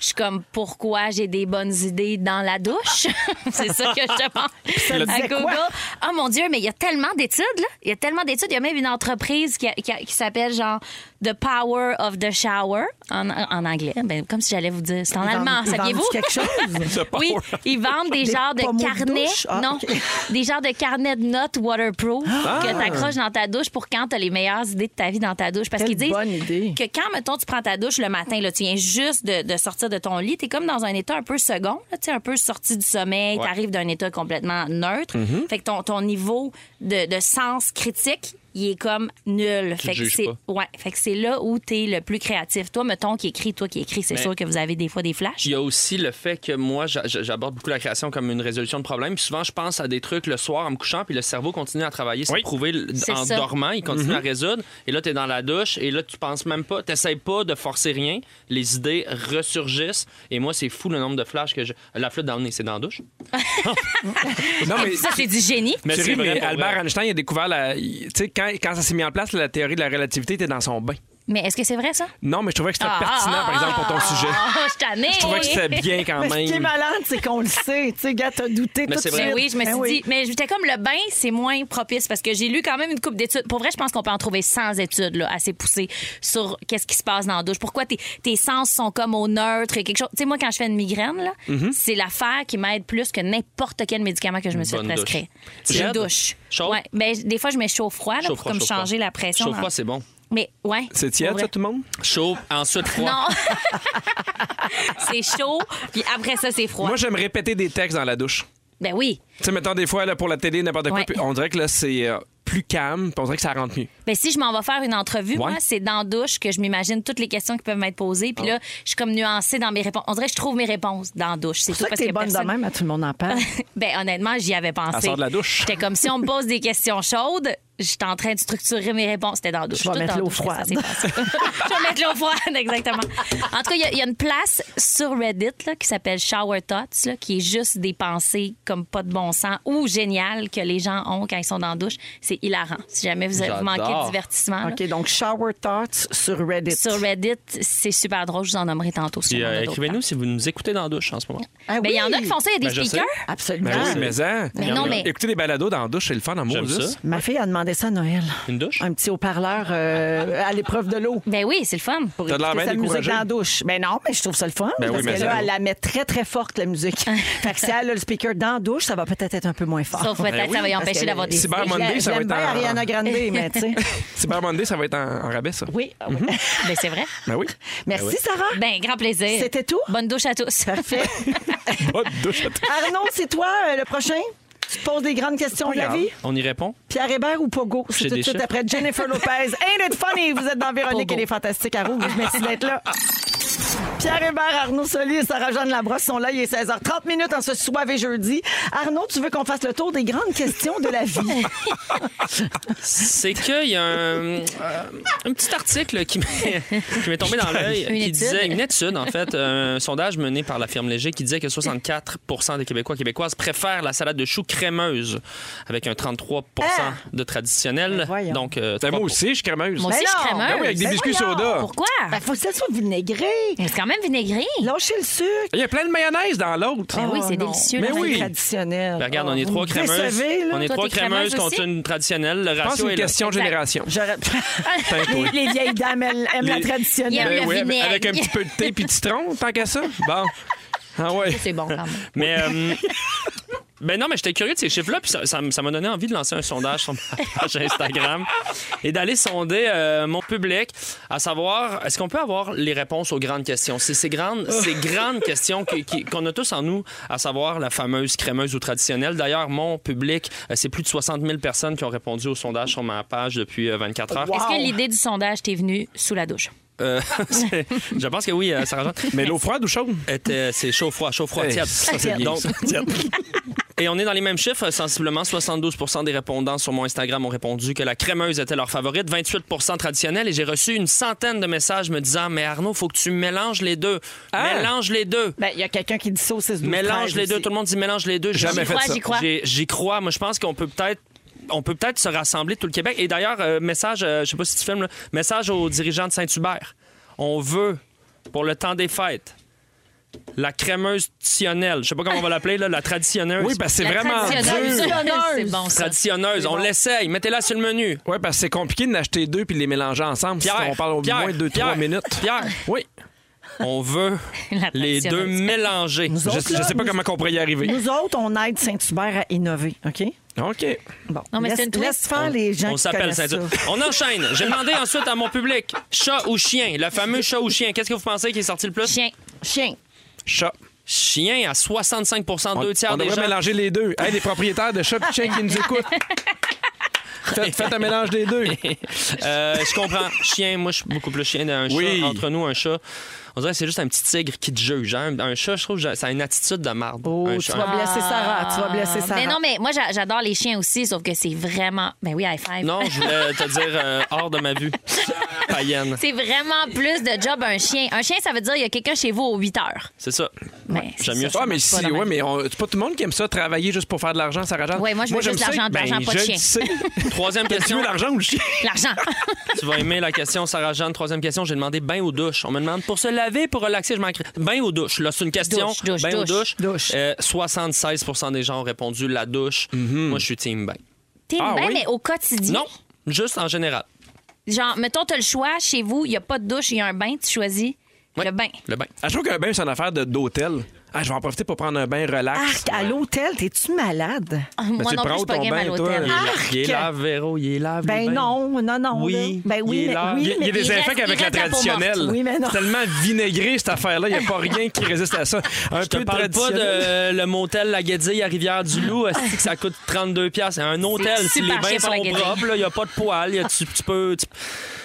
je suis comme pourquoi j'ai des bonnes idées dans la douche c'est ça que je demande à
disait quoi?
Google ah mon dieu mais il y a tellement d'études là il y a tellement d'études il y a même une entreprise qui, a- qui a- qui s'appelle genre The Power of the Shower en, en anglais ben, comme si j'allais vous dire c'est en
Ils vendent-
allemand
ils vendent
saviez-vous
quelque chose?
oui, ils vendent des,
Des
genres de
pommeaux de
carnets.
douche? Ah,
non,
OK.
des genres de carnets de notes waterproof
Ah!
que tu accroches dans ta douche pour quand tu as les meilleures idées de ta vie dans ta douche. Parce
Quelle
qu'ils disent
bonne idée.
que quand, mettons, tu prends ta douche le matin, là, tu viens juste de, de sortir de ton lit, tu es comme dans un état un peu second, là, tu sais, un peu sorti du sommeil, tu arrives d'un état complètement neutre.
Mm-hmm.
Fait que ton, ton niveau de, de sens critique, il est comme nul. fait,
te
que
juges
c'est,
pas.
ouais, fait que c'est là où tu es le plus créatif. Toi, mettons, qui écris, toi qui écris, c'est
Mais-
sûr que vous avez des fois des flashs.
Il y a aussi le fait que moi, j'a- j'a- j'aborde beaucoup la création comme une résolution de problème. Puis souvent, je pense à des trucs le soir en me couchant, puis le cerveau continue à travailler. C'est
Oui.
prouvé l-
C'est
en
ça.
dormant, il continue à résoudre. Et là, tu es dans la douche, et là, tu penses même pas, tu pas de forcer rien. Les idées ressurgissent. Et moi, c'est fou le nombre de flashs que je. La flûte dans le nez, c'est dans la douche.
Non, mais
Ça, c'est du génie.
Mais
tu
c'est
ris,
vrai
mais
pour
Albert
vrai.
Einstein il a découvert la. il- Tu sais, quand, quand ça s'est mis en place, la théorie de la relativité était dans son bain.
Mais est-ce que c'est vrai, ça?
Non, mais je trouvais que c'était
Ah,
pertinent,
ah,
par exemple, pour ton sujet.
Ah, je t'en ai.
Je trouvais que c'était bien quand
Mais ce qui est
même.
malade, c'est qu'on le sait. Tu sais, gars, t'as douté
Mais
tout de
c'est
suite.
vrai.
Ben oui, je me suis
Ben oui.
dit, mais j'étais comme le bain, c'est moins propice parce que j'ai lu quand même une coupe d'études. Pour vrai, je pense qu'on peut en trouver 100 études là, assez poussées sur qu'est-ce qui se passe dans la douche. Pourquoi tes, tes sens sont comme au neutre, quelque chose. Tu sais, moi, quand je fais une migraine, là,
Mm-hmm.
c'est l'affaire qui m'aide plus que n'importe quel médicament que je me suis
Bonne
prescrit.
douche.
C'est une
Raide?
douche.
Chaude?
Ouais, mais des fois, je mets chaud froid là,
Chaud
pour
froid,
comme
chaud froid.
changer la pression.
Chaud
dans-
froid, c'est bon.
Mais ouais.
C'est tiède,
pour vrai.
ça, tout le monde?
Chaud, ensuite froid.
Non. c'est chaud, puis après ça, c'est froid.
Moi, j'aime répéter des textes dans la douche.
Ben oui.
Tu sais, mettons des fois là, pour la télé, n'importe quoi,
Ouais.
puis on dirait que là, c'est euh, plus calme, puis on dirait que ça rentre mieux.
Ben, si je m'en vais faire une entrevue,
Ouais.
moi, c'est dans la douche que je m'imagine toutes les questions qui peuvent m'être posées.
Ah.
Puis là, je suis comme nuancée dans mes réponses. On dirait que je trouve mes réponses dans la douche. C'est
C'est pour ça que t'es bonne de même, à tout le monde en parle.
Ben, honnêtement, j'y avais pensé.
Elle sort de la douche.
J'étais comme si on me pose des questions chaudes, j'étais en train de structurer mes réponses. C'était dans la douche.
Je vais
Tout
mettre
dans la
l'eau
douche que ça
froide.
s'est passé. Je vais mettre l'eau froide, exactement. En tout cas, il y a- il y, a une place sur Reddit là, qui s'appelle Shower Thoughts, là, qui est juste des pensées comme pas de bon sens ou géniales que les gens ont quand ils sont dans la douche. C'est hilarant. Si jamais vous, vous manquez de
J'adore.
divertissement. là.
OK, donc Shower Thoughts sur Reddit.
Ah, Sur Reddit, c'est super drôle. Je vous en nommerai tantôt. si
Puis,
on en a
euh,
d'autres temps.
Écrivez-nous si vous nous écoutez dans la douche en ce moment.
Ah
Ben, Il y en a
oui.
qui font ça. Il y a
Ben,
des
je sais.
speakers.
Absolument.
Ben oui, mais hein.
Ah. Mais non, mais-
Écouter des balados dans la douche, c'est le fun en
J'aime
Moses.
ça.
Ma fille a demandé ça à Noël.
Une douche?
Un petit haut-parleur euh, à l'épreuve de l'eau.
Ben oui, c'est le fun.
Pour
T'as de l'air
écouter
bien
sa musique
découragée.
dans la douche. Mais non, mais je trouve ça le fun.
Ah, Ben oui,
parce
mais
que
ça-
là, elle la met très, très forte, la musique. fait que si elle a le speaker dans la douche, ça va peut-être être un peu moins fort.
Sauf peut-être
Ben oui,
ça va y
Parce
empêcher
que
d'avoir des
Cyber
idées.
Monday, ça va
J'aime
être
bien
en-
Ariana Grande, mais tu sais.
Cyber Monday, ça va être en, en rabais, ça.
Oui. oui.
Ben, c'est vrai.
Ben oui.
Merci, Sarah.
Ben, grand plaisir.
C'était tout?
Bonne douche à tous.
Parfait.
Pas de douche à toi.
Arnaud, c'est toi euh, le prochain? Tu te poses des grandes questions de la vie?
On y répond?
Pierre Hébert ou Pogo?
J'ai
C'est tout de
des
suite
chiffres.
après Jennifer Lopez. Ain't it funny? Vous êtes dans Véronique
Pogo.
et les Fantastiques à Rouge. Merci d'être là. Pierre Hébert, Arnaud Soli et Sarah-Jeanne Labrosse sont là. Il est 16h30 minutes en ce soir et jeudi. Arnaud, tu veux qu'on fasse le tour des grandes questions de la vie?
C'est qu'il y a un, euh, un petit article qui m'est qui m'est tombé dans l'œil
Une
qui
étude.
disait une étude en fait un sondage mené par la firme Léger qui disait que 64% des Québécois et québécoises préfèrent la salade de choux crémeuse avec un 33%
Ah!
de traditionnel.
Ben voyons.
Donc euh,
Ben, moi
trois-
aussi, je suis crémeuse.
Moi aussi,
Ben
je suis
non.
crémeuse.
Ben oui, avec des
Ben
biscuits
voyons.
soda.
Pourquoi?
Il faut que ça soit vinaigré.
Mais c'est quand même vinaigré.
Lâchez le sucre. Oh
Il y a plein de mayonnaise dans l'autre. Ah,
Ben oui, c'est
non.
délicieux.
Mais
la
oui.
vinaigrette.
Traditionnel.
Ben, regarde, on est
Oh,
trois
vous me
crémeuses.
décevez, là.
on est
Toi,
trois
t'es crémeuse
crémeuses contre
aussi?
une traditionnelle. Le
Je pense que
ratio
c'est
est Ah,
une
là.
question de génération.
J'aurais- les, les vieilles dames elles aiment la
Les-
traditionnelle.
Il y a
Ben
le
oui,
vinaigre.
avec un petit peu de thé puis de citron, tant qu'à ça. Bon. Ah ouais.
C'est bon quand même.
Mais euh, ben non, mais j'étais curieux de ces chiffres-là, puis ça ça m- ça m'a donné envie de lancer un sondage sur ma page Instagram et d'aller sonder euh, mon public, à savoir est-ce qu'on peut avoir les réponses aux grandes questions. C'est ces grandes, ces grandes questions qui- qui- qu'on a tous en nous, à savoir la fameuse crémeuse ou traditionnelle. D'ailleurs, mon public, euh, c'est plus de 60 000 personnes qui ont répondu au sondage sur ma page depuis euh, 24 heures.
Est-ce que l'idée du sondage t'est venue sous la douche?
Euh, c'est- je pense que oui, euh, Sarah-Jeanne.
Mais l'eau froide ou chaude?
Était- euh, c'est chaud froid, chaud froid,
Hey,
tiède.
ça, c'est bien,
Donc, tiède. Et on est dans les mêmes chiffres, euh, sensiblement 72 des répondants sur mon Instagram ont répondu que la crémeuse était leur favorite, 28 traditionnelle et j'ai reçu une centaine de messages me disant "Mais Arnaud, faut que tu mélanges les deux.
Ah!
Mélange les deux."
Ben, il y a quelqu'un qui dit ça au 6
Mélange les deux, tout le monde dit mélange les deux.
Jamais
J'y
fait
crois,
ça.
J'y crois. J'ai- J'y crois. Moi, je pense qu'on peut peut-être on peut peut-être se rassembler tout le Québec. Et d'ailleurs, euh, message, euh, je sais pas si tu filmes, là, message aux dirigeants de Saint-Hubert. On veut, pour le temps des fêtes, la crémeuse tionnelle. Je sais pas comment on va l'appeler, là, la traditionneuse.
Oui, parce que c'est
La
vraiment
traditionneuse.
dur.
c'est bon ça.
Traditionneuse, on l'essaye. Mettez-la sur le menu.
Oui, parce que c'est compliqué de n'acheter deux puis de les mélanger ensemble.
Pierre,
si on parle au
Pierre,
moins de
Pierre,
3 minutes.
Pierre,
Oui.
on veut
La
les deux
traditionneuse.
mélangés.
Nous
Je,
autres,
je
là,
sais pas
nous-
comment on pourrait y arriver.
Nous autres, on aide Saint-Hubert à innover, OK?
OK.
Bon,
Non, mais
laisse,
c'est une twist.
laisse faire les gens
On
qui
s'appelle
connaissent ça.
Saint-Hubert. On enchaîne. J'ai demandé ensuite à mon public chat ou chien, le fameux chat ou chien. Qu'est-ce que vous pensez qui est sorti le plus?
Chien.
Chien.
Chat.
Chien à 65
On,
deux tiers
on
des
devrait
gens.
mélanger les deux. Hey, les propriétaires de Shop Check qui nous écoutent. Faites, faites un mélange des deux.
Euh, je comprends. Chien, moi, je suis beaucoup plus chien d'un
Oui.
chat. Entre nous, un chat. On dirait que c'est juste un petit tigre qui te juge. hein. Un chat, je trouve, ça a une attitude de marde.
Oh,
un
tu
chat.
vas blesser Sarah. Tu vas blesser
Ah,
Sarah.
Mais non, mais moi, j'a- j'adore les chiens aussi, sauf que c'est vraiment. Ben oui, high five.
Non, je voulais te dire euh, hors de ma vue. Païenne.
C'est vraiment plus de job un chien. Un chien, ça veut dire il y a quelqu'un chez vous aux 8 heures.
C'est ça.
Ben, c'est
J'aime mieux
ça.
ça.
Ouais, Ah, mais si,
Pas dans ma
ouais,
vie.
mais on- c'est pas tout le monde qui aime ça, travailler juste pour faire de l'argent, Sarah Jeanne.
Ouais, moi, je veux
j'aime
juste l'argent, de
ça. Ben,
l'argent, pas de
je
chien.
le sais.
Troisième
Tu
question.
veux l'argent ou le chien?
L'argent.
Ah,
Tu vas aimer la question, Sarah Jeanne. Troisième question, j'ai demandé bain ou douche. On me demande pour se laver, pour relaxer, je m'en crie. Bain ou douche? Là, c'est une question.
Douche, douche,
bain ou
douche.
douche?
Douche.
Euh, 76 des gens ont répondu la douche.
Mhm.
Moi, je suis team bain.
T'es
Ah
bien,
oui?
mais au quotidien.
Non, juste en général.
Genre, mettons, t'as le choix chez vous, il n'y a pas de douche, il y a un bain, tu choisis
Ouais,
le bain.
Le bain.
Ah, je trouve qu'un bain, c'est une affaire de- d'hôtel. Ah, je vais en profiter pour prendre un bain relax.
Arc, Ah, à l'hôtel, t'es-tu malade?
Ah, Moi
tu
non
prends
plus, je suis pas
ton
game
bain,
à
toi,
l'hôtel.
là.
Arc!
Il est là, Véro, il est là. le
Ben
bain.
non, non, non.
Oui,
là. Ben oui,
il est
mais,
là.
oui,
Il y a, il y a
mais-
des
il reste-
effets
il
avec la
reste la peau morte.
traditionnelle.
Oui, mais non.
C'est tellement vinaigré, cette affaire-là. Il n'y a pas rien qui résiste à ça. Un
Je te
peu de
parle pas de
traditionnel.
euh, le motel La Guédille à Rivière-du-Loup. est-ce que ça coûte 32 pièces. Un hôtel, si les
super cher
bains
pour la
sont
Guédille.
propres, là, il n'y a pas de poils. il y a- tu, tu peux... tu-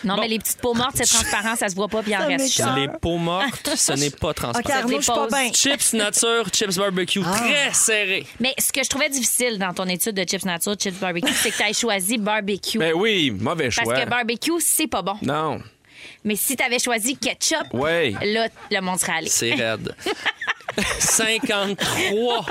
Non, mais les petites peaux mortes, c'est transparent, ça se voit pas, puis il en
Ça
reste.
m'écarte.
Les peaux mortes, ce n'est pas transparent.
OK, Arnaud, je suis pas
dépose.
bien.
Chips nature, chips barbecue.
Ah.
Très serré.
Mais ce que je trouvais difficile dans ton étude de chips nature, chips barbecue, c'est que tu as choisi barbecue.
Ben oui, mauvais
parce
choix.
que barbecue, c'est pas bon.
Non.
Mais si tu avais choisi ketchup,
Ouais.
là, le monde serait allé.
C'est raide. 53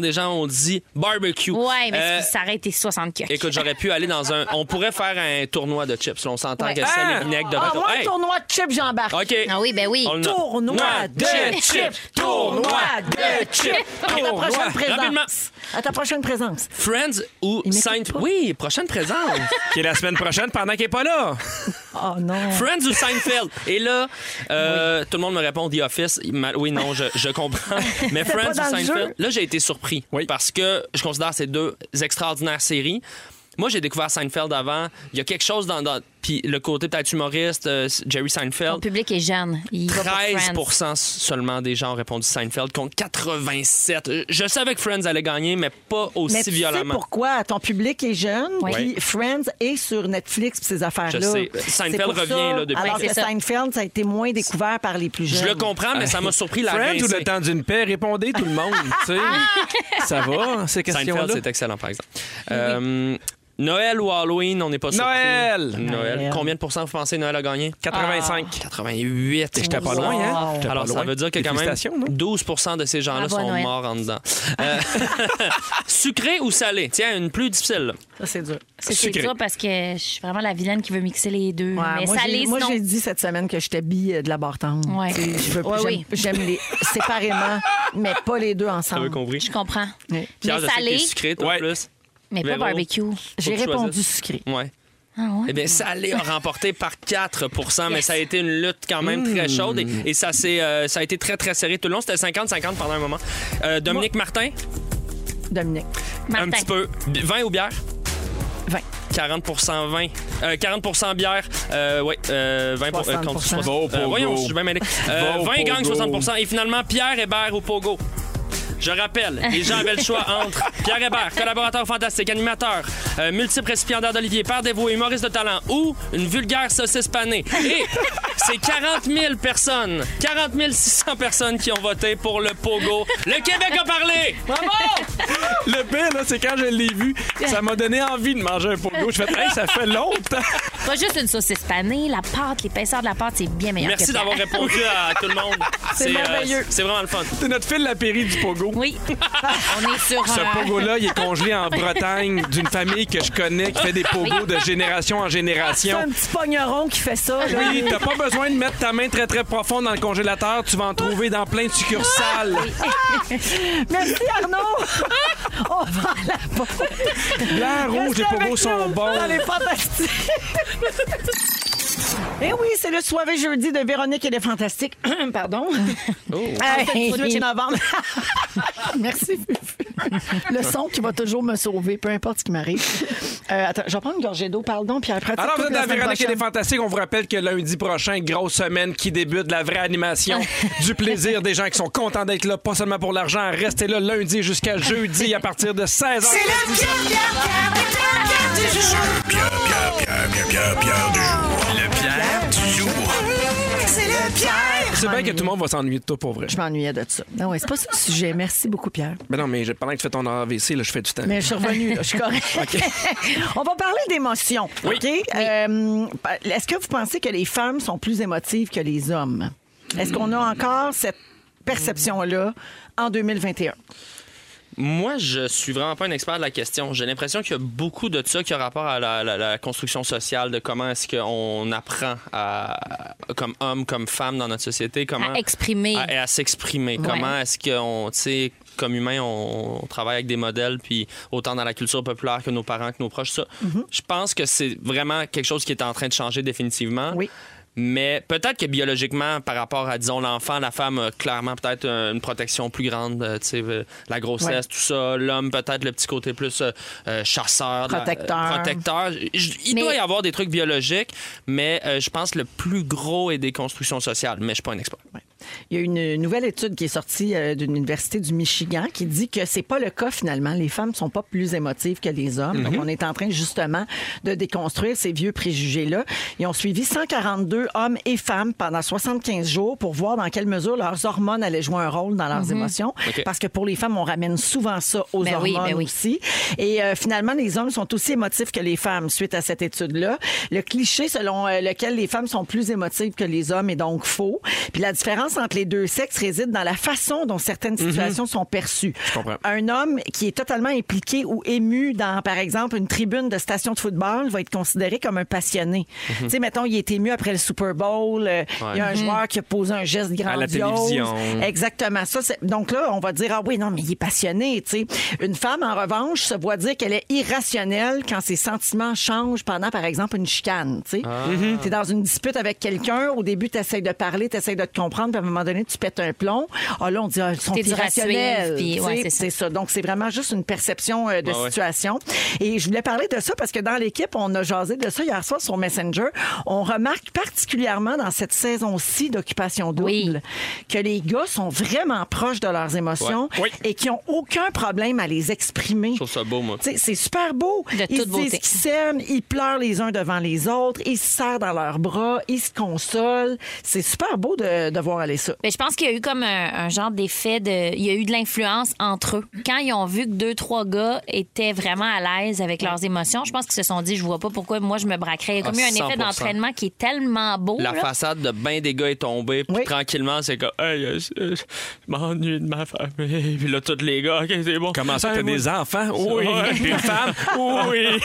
des gens ont dit barbecue.
Ouais, mais
Euh,
ça aurait été 60 que.
Écoute, j'aurais pu aller dans un. On pourrait faire un tournoi de chips. là, On s'entend
Ouais.
que c'est
Ah!
le vinaigre de
Ah,
retour.
moi, un
Hey!
tournoi de chips, j'embarque.
OK.
Ah oui, ben oui.
On a-
Tournoi de chips. Tournoi de chips. À ta
Tournoi.
prochaine
Rapidement.
présence. À ta prochaine présence.
Friends ou
m'écoute
Seinfeld?
pas.
Oui, prochaine présence.
Qui est la semaine prochaine pendant qu'il n'est pas là.
Oh non.
Friends ou Seinfeld? Et là, euh, tout le monde me répond The Office. Ma- Oui, non, je, je comprends. Mais Friends ou
pas dans le
Seinfeld?
jeu.
Là, j'ai été surpris
Oui.
parce que je considère ces deux extraordinaires séries. Moi, j'ai découvert Seinfeld avant. Il y a quelque chose dans, dans- puis le côté peut-être humoriste, euh, Jerry
Ton
Seinfeld.
public est jeune. Il va pour
13
Friends.
seulement des gens ont répondu Seinfeld contre 87. Je- Je savais que Friends allait gagner, mais pas aussi
Mais tu sais
violemment.
pourquoi? Ton public est jeune,
Oui.
puis Friends est sur Netflix puis ces affaires-là.
Je sais.
C'est
Seinfeld
pour ça,
revient, là, depuis.
Alors
Oui, c'est
que
ça.
Seinfeld, ça a été moins découvert par les plus jeunes.
Je le comprends, mais ça m'a surpris la
Friends ou
rincée. Ah!
le temps d'une paix, répondez tout le monde. tu sais. ça va, ces questions-là.
Seinfeld, c'est excellent, par exemple. Euh, Noël ou Halloween, on n'est pas surpris.
Noël!
Noël!
Noël.
Combien de pourcents vous pensez Noël a gagné?
85.
88.
J'étais pas loin, hein? J'étais
Ah.
pas
Alors, ça
loin.
veut dire que
Des
quand même,
félicitations, non?
12 de ces gens-là
Bravo,
sont
Noël.
morts en dedans. Euh, sucré ou salé? Tiens, une plus difficile. là.
Ça, c'est dur.
Ça, C'est
Sucré.
dur parce que je suis vraiment la vilaine qui veut mixer les deux.
Ouais,
mais
moi,
salé,
j'ai- moi,
sinon.
j'ai dit cette semaine que j'étais bille euh, de la bartende.
Ouais.
Tu sais, je veux-
Ouais,
j'aime-
oui.
J'aime les séparément, mais pas les deux ensemble.
Je comprends.
Oui.
Pierre, je sais que
mais
t'es
salé,
sucré, toi,
Ouais.
plus.
mais pas
Véro.
barbecue.
J'ai
que tu
répondu
choisisses.
sucré.
Ouais.
Ah ouais?
Eh bien, Salé a remporté par 4 mais ça a été une lutte quand même très
Hmm.
chaude et, et ça, s'est, euh, ça a été très, très serré tout le long. C'était 50-50 pendant un moment. Euh, Dominique Martin,
Dominique.
Martin.
un petit peu. B- Vin ou bière?
20.
40 vin. Euh, 40 bière. Euh, oui, euh, 20 pour, euh, contre
60%.
60.
Bon,
Euh,
Pogo.
voyons, je suis bien mêlé. Euh,
Bon,
20 gagne
Pogo.
60 Et finalement, Pierre Hébert ou Pogo. Je rappelle, les gens avaient le choix entre Pierre Hébert, collaborateur fantastique, animateur, euh, multiple récipiendaire d'Olivier, père dévoué, humoriste de talent ou une vulgaire saucisse panée. Et c'est 40 000 personnes, 40 600 personnes qui ont voté pour le Pogo. Le Québec a parlé!
Le pire, là, c'est quand je l'ai vu, ça m'a donné envie de manger un pot de Je fais, hey, ça fait longtemps.
Pas juste une saucisse panée, la pâte, l'épaisseur de la pâte, c'est bien meilleur. que
Merci
Pierre.
d'avoir répondu à tout le monde. C'est euh,
merveilleux.
c'est vraiment le fun.
C'est notre fil la pairie du pogo.
Oui. On est sur.
Ce
un-
pogo-là, il est congelé en Bretagne d'une famille que je connais qui fait des pogos de génération en
C'est
génération.
un petit pogneron qui fait ça. là.
Oui, t'as pas besoin de mettre ta main très très profonde dans le congélateur, tu vas en trouver dans plein de succursales.
Merci, Arnaud. On va à la
Blanc, rouge, les
Restez avec
pogos
nous
sont bons.
dans les fantastiques. Eh oui, c'est le soirée jeudi de Véronique et les Fantastiques. Pardon.
Oh.
Ah, Hey.
le 18
novembre. Merci, Fufu. Le son qui va toujours me sauver, peu importe ce qui m'arrive. Euh, attends, je vais prendre une gorgée d'eau, pardon, puis après...
Alors, vous êtes dans Véronique et les Fantastiques. On vous rappelle que lundi prochain, grosse semaine qui débute, la vraie animation, du plaisir des gens qui sont contents d'être là, pas seulement pour l'argent. Restez là lundi jusqu'à jeudi à partir de 16h.
C'est le Pierre, Pierre, Pierre, Pierre, Pierre du jour.
Pierre, Pierre, Pierre, Pierre, Pierre, Pierre du jour. Le Pierre du jour.
C'est le Pierre.
C'est bien que tout le monde va s'ennuyer de toi pour vrai.
Je m'ennuyais de ça. Non, ouais, c'est pas ça le sujet. Merci beaucoup, Pierre.
Mais non, mais je- pendant que tu fais ton AVC, là, je fais du temps.
Mais je suis revenue, là, je suis correcte. On va parler d'émotions.
Oui.
OK? Euh, Est-ce que vous pensez que les femmes sont plus émotives que les hommes? Est-ce qu'on a encore cette perception-là en 2021?
Moi, je suis vraiment pas un expert de la question. J'ai l'impression qu'il y a beaucoup de ça qui a rapport à la, la- la construction sociale, de comment est-ce qu'on apprend à, comme homme, comme femme dans notre société, comment
À exprimer.
à- et à s'exprimer.
Ouais.
Comment est-ce qu'on, tu sais, comme humain, on, on travaille avec des modèles, puis autant dans la culture populaire que nos parents, que nos proches, ça. Je pense que c'est vraiment quelque chose qui est en train de changer définitivement.
Oui.
Mais peut-être que biologiquement, par rapport à, disons, l'enfant, la femme a clairement peut-être euh, une protection plus grande, euh, tu sais, euh, la grossesse,
Ouais.
tout ça. L'homme, peut-être le petit côté plus euh, euh, chasseur. la-
Protecteur.
euh, protecteur. Je- il
Mais-
doit y avoir des trucs biologiques, mais euh, je pense que le plus gros est des constructions sociales. Mais je suis pas un expert.
Il y a une nouvelle étude qui est sortie euh, d'une université du Michigan qui dit que c'est pas le cas finalement. Les femmes sont pas plus émotives que les hommes. Donc, on est en train justement de déconstruire ces vieux préjugés-là. Ils ont suivi 142 hommes et femmes pendant 75 jours pour voir dans quelle mesure leurs hormones allaient jouer un rôle dans leurs émotions.
OK.
Parce que pour les femmes, on ramène souvent ça aux
Ben oui,
hormones
ben oui.
aussi. Et euh, finalement, les hommes sont aussi émotifs que les femmes suite à cette étude-là. Le cliché selon euh, lequel les femmes sont plus émotives que les hommes est donc faux. Puis la différence entre les deux sexes réside dans la façon dont certaines situations sont perçues.
comprends.
Un homme qui est totalement impliqué ou ému dans, par exemple, une tribune de station de football va être considéré comme un passionné. Tu sais, mettons, il est ému après le Super Bowl. euh, Il y a un joueur qui a posé un geste
À la
grandiose.
télévision.
Exactement. Ça, c'est- donc là, on va dire, ah oui, non, mais il est passionné, tu sais. Une femme, en revanche, se voit dire qu'elle est irrationnelle quand ses sentiments changent pendant, par exemple, une chicane, tu sais.
Ah.
Mhm. T'es dans une dispute avec quelqu'un, au début, t'essayes de parler, t'essayes de te comprendre, puis à un moment donné, tu pètes un plomb. Ah là, on dit, ah, ils sont
T'es dur à
irrationnels.
suivre, puis
tu sais.
ouais, c'est ça.
C'est ça. Donc, c'est vraiment juste une perception euh, de
Ah ouais.
situation. Et je voulais parler de ça parce que dans l'équipe, on a jasé de ça hier soir sur Messenger. On remarque particulièrement dans cette saison-ci d'Occupation Double
Oui.
que les gars sont vraiment proches de leurs émotions
Ouais. Oui.
et qui ont aucun problème à les exprimer.
Je trouve ça beau, moi.
Tu sais, C'est super beau.
De toute
ils se disent
beauté.
qu'ils s'aiment, ils pleurent les uns devant les autres, ils se serrent dans leurs bras, ils se consolent. C'est super beau de, de voir aller ça.
Mais je pense qu'il y a eu comme un, un genre d'effet de. Il y a eu de l'influence entre eux. Quand ils ont vu que deux, trois gars étaient vraiment à l'aise avec leurs émotions, je pense qu'ils se sont dit, je vois pas pourquoi moi je me braquerais. Il y a comme
Ah,
eu un effet
100%.
d'entraînement qui est tellement beau.
La
là.
façade de ben des gars est tombée, puis
Oui.
tranquillement, c'est comme, hey, euh, je m'ennuie de ma famille. Puis là, tous les gars, OK, c'est bon.
Comment ça,
Hey,
t'as
moi,
des enfants? Oui.
Ouais.
Puis une femme? Oui.
Hey,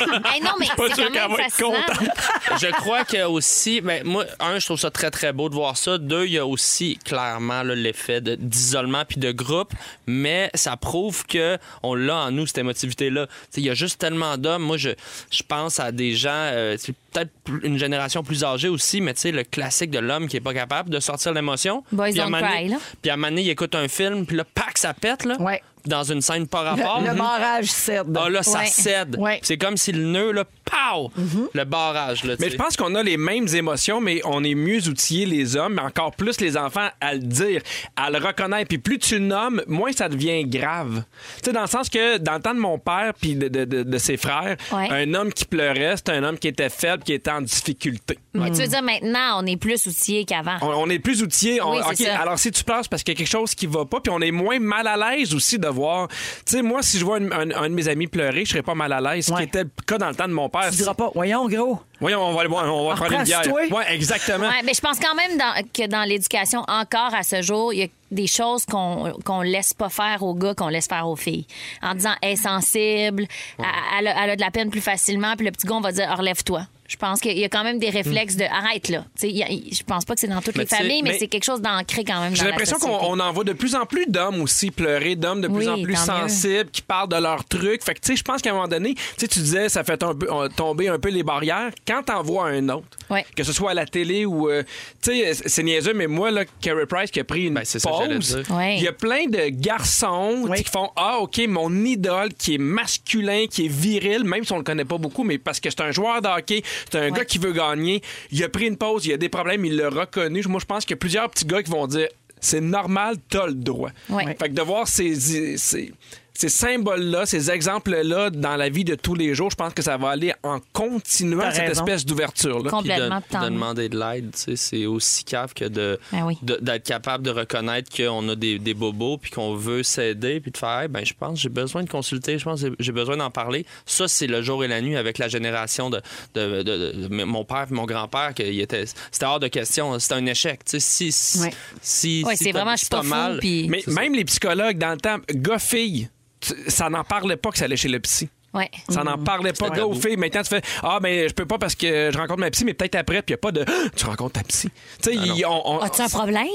Eh non,
Je
mais
suis pas
c'est
sûr
quand même
qu'elle va être
fascinant.
je crois que aussi, ben, moi, un, je trouve ça très, très beau de voir ça. Deux, il y a aussi clairement là, l'effet de- d'isolement puis de groupe, mais ça prouve que on l'a en nous, cette émotivité-là. Tu sais, Il y a juste tellement d'hommes. Moi, je, je pense à des gens, euh, c'est peut-être plus- une génération plus âgée aussi, mais tu sais, le classique de l'homme qui est pas capable de sortir l'émotion.
Boys
Puis à un
Don't
moment donné-
Cry, là.
Puis à un moment donné, il écoute un film, puis là, pac, ça pète, là.
Ouais.
Dans une scène par rapport. Mhm.
Le barrage cède.
mm-hmm. Ah là, ça
Ouais.
cède.
Ouais.
C'est comme si le nœud, là, pow, le barrage. Là, tu
Mais
sais.
je pense qu'on a les mêmes émotions, mais on est mieux outillés les hommes, mais encore plus les enfants à le dire, à le reconnaître. Puis plus tu nommes, moins ça devient grave. Tu sais, dans le sens que dans le temps de mon père puis de, de- de- de ses frères,
Ouais.
un homme qui pleurait, c'était un homme qui était faible, qui était en difficulté.
Ouais, Tu veux dire, maintenant, on est plus outillés qu'avant.
On, on est plus outillés. on-
Oui, c'est
OK,
ça.
alors si tu pleures, c'est parce qu'il y a quelque chose qui va pas, puis on est moins mal à l'aise aussi de voir. Tu sais, moi, si je vois un, un- un de mes amis pleurer, je serais pas mal à l'aise, ce
Ouais.
qui était le cas dans le temps de mon père.
Tu diras pas, voyons, gros.
Voyons, on va aller boire, on va prendre une bière.
Replace-toi.
Ouais, exactement.
Ah, Ouais, mais je pense quand même dans- que dans l'éducation, encore à ce jour, il y a des choses qu'on qu'on laisse pas faire aux gars, qu'on laisse faire aux filles. En disant, elle est sensible, elle, elle a, elle a de la peine plus facilement, puis le petit gars, on va dire, relève-toi. Je pense qu'il y a quand même des réflexes de arrête là. Tu sais, il y a- il- je pense pas que c'est dans toutes
Mais
les
tu sais,
familles, mais,
mais-
c'est quelque chose d'ancré quand même.
J'ai
dans la
l'impression qu'on
société.
on en voit de plus en plus d'hommes aussi pleurer, d'hommes de plus
Oui,
en plus
tant mieux.
sensibles, qui parlent de leurs trucs. Fait que, tu sais, je pense qu'à un moment donné, tu sais, tu disais, ça fait un peu- euh, tomber un peu les barrières. Quand t'en vois un autre,
Ouais.
que ce soit à la télé ou. euh, tu sais, c'est- c'est niaiseux, mais moi, là, Carey Price qui a pris une
Ben, c'est ça que j'allais
pause,
dire.
Ouais.
il y a plein de garçons tu sais,
Oui.
qui font Ah, OK, mon idole qui est masculin, qui est viril, même si on le connaît pas beaucoup, mais parce que c'est un joueur de hockey, c'est un gars qui veut gagner. Il a pris une pause, il a des problèmes, il l'a reconnu. Moi, je pense qu'il y a plusieurs petits gars qui vont dire C'est normal, t'as le droit.
Ouais.
Fait que de voir ces. ces ces symboles-là, ces exemples-là dans la vie de tous les jours, je pense que ça va aller en continuant
T'as
cette
raison.
espèce d'ouverture-là.
Com-
Puis de-
Complètement,
puis de,
tant mieux.
demander de l'aide, tu sais, c'est aussi cave que de
Ben oui.
de- d'être capable de reconnaître qu'on a des, des bobos puis qu'on veut s'aider puis de faire, Hey, ben je pense que j'ai besoin de consulter, je pense que j'ai besoin d'en parler. Ça c'est le jour et la nuit avec la génération de, de- de- de- de- mon père et mon grand-père que il était c'était hors de question, c'était un échec, tu sais si si
Ouais.
si,
Ouais,
si
c'est
t'as-
vraiment, je
si
suis pas
t'as
fou,
mal,
puis-
Mais
C'est ça.
même les psychologues, dans le temps, gars-filles, tu- ça n'en parlait pas que ça allait chez le psy.
Ouais.
Ça n'en parlait pas, gars ou
tabou.
fille. Maintenant, tu fais Ah, mais je peux pas parce que je rencontre ma psy, mais peut-être après, puis il n'y a pas de Ah, Tu rencontres ta psy. Tu sais, ils- on. on-
As-tu un problème?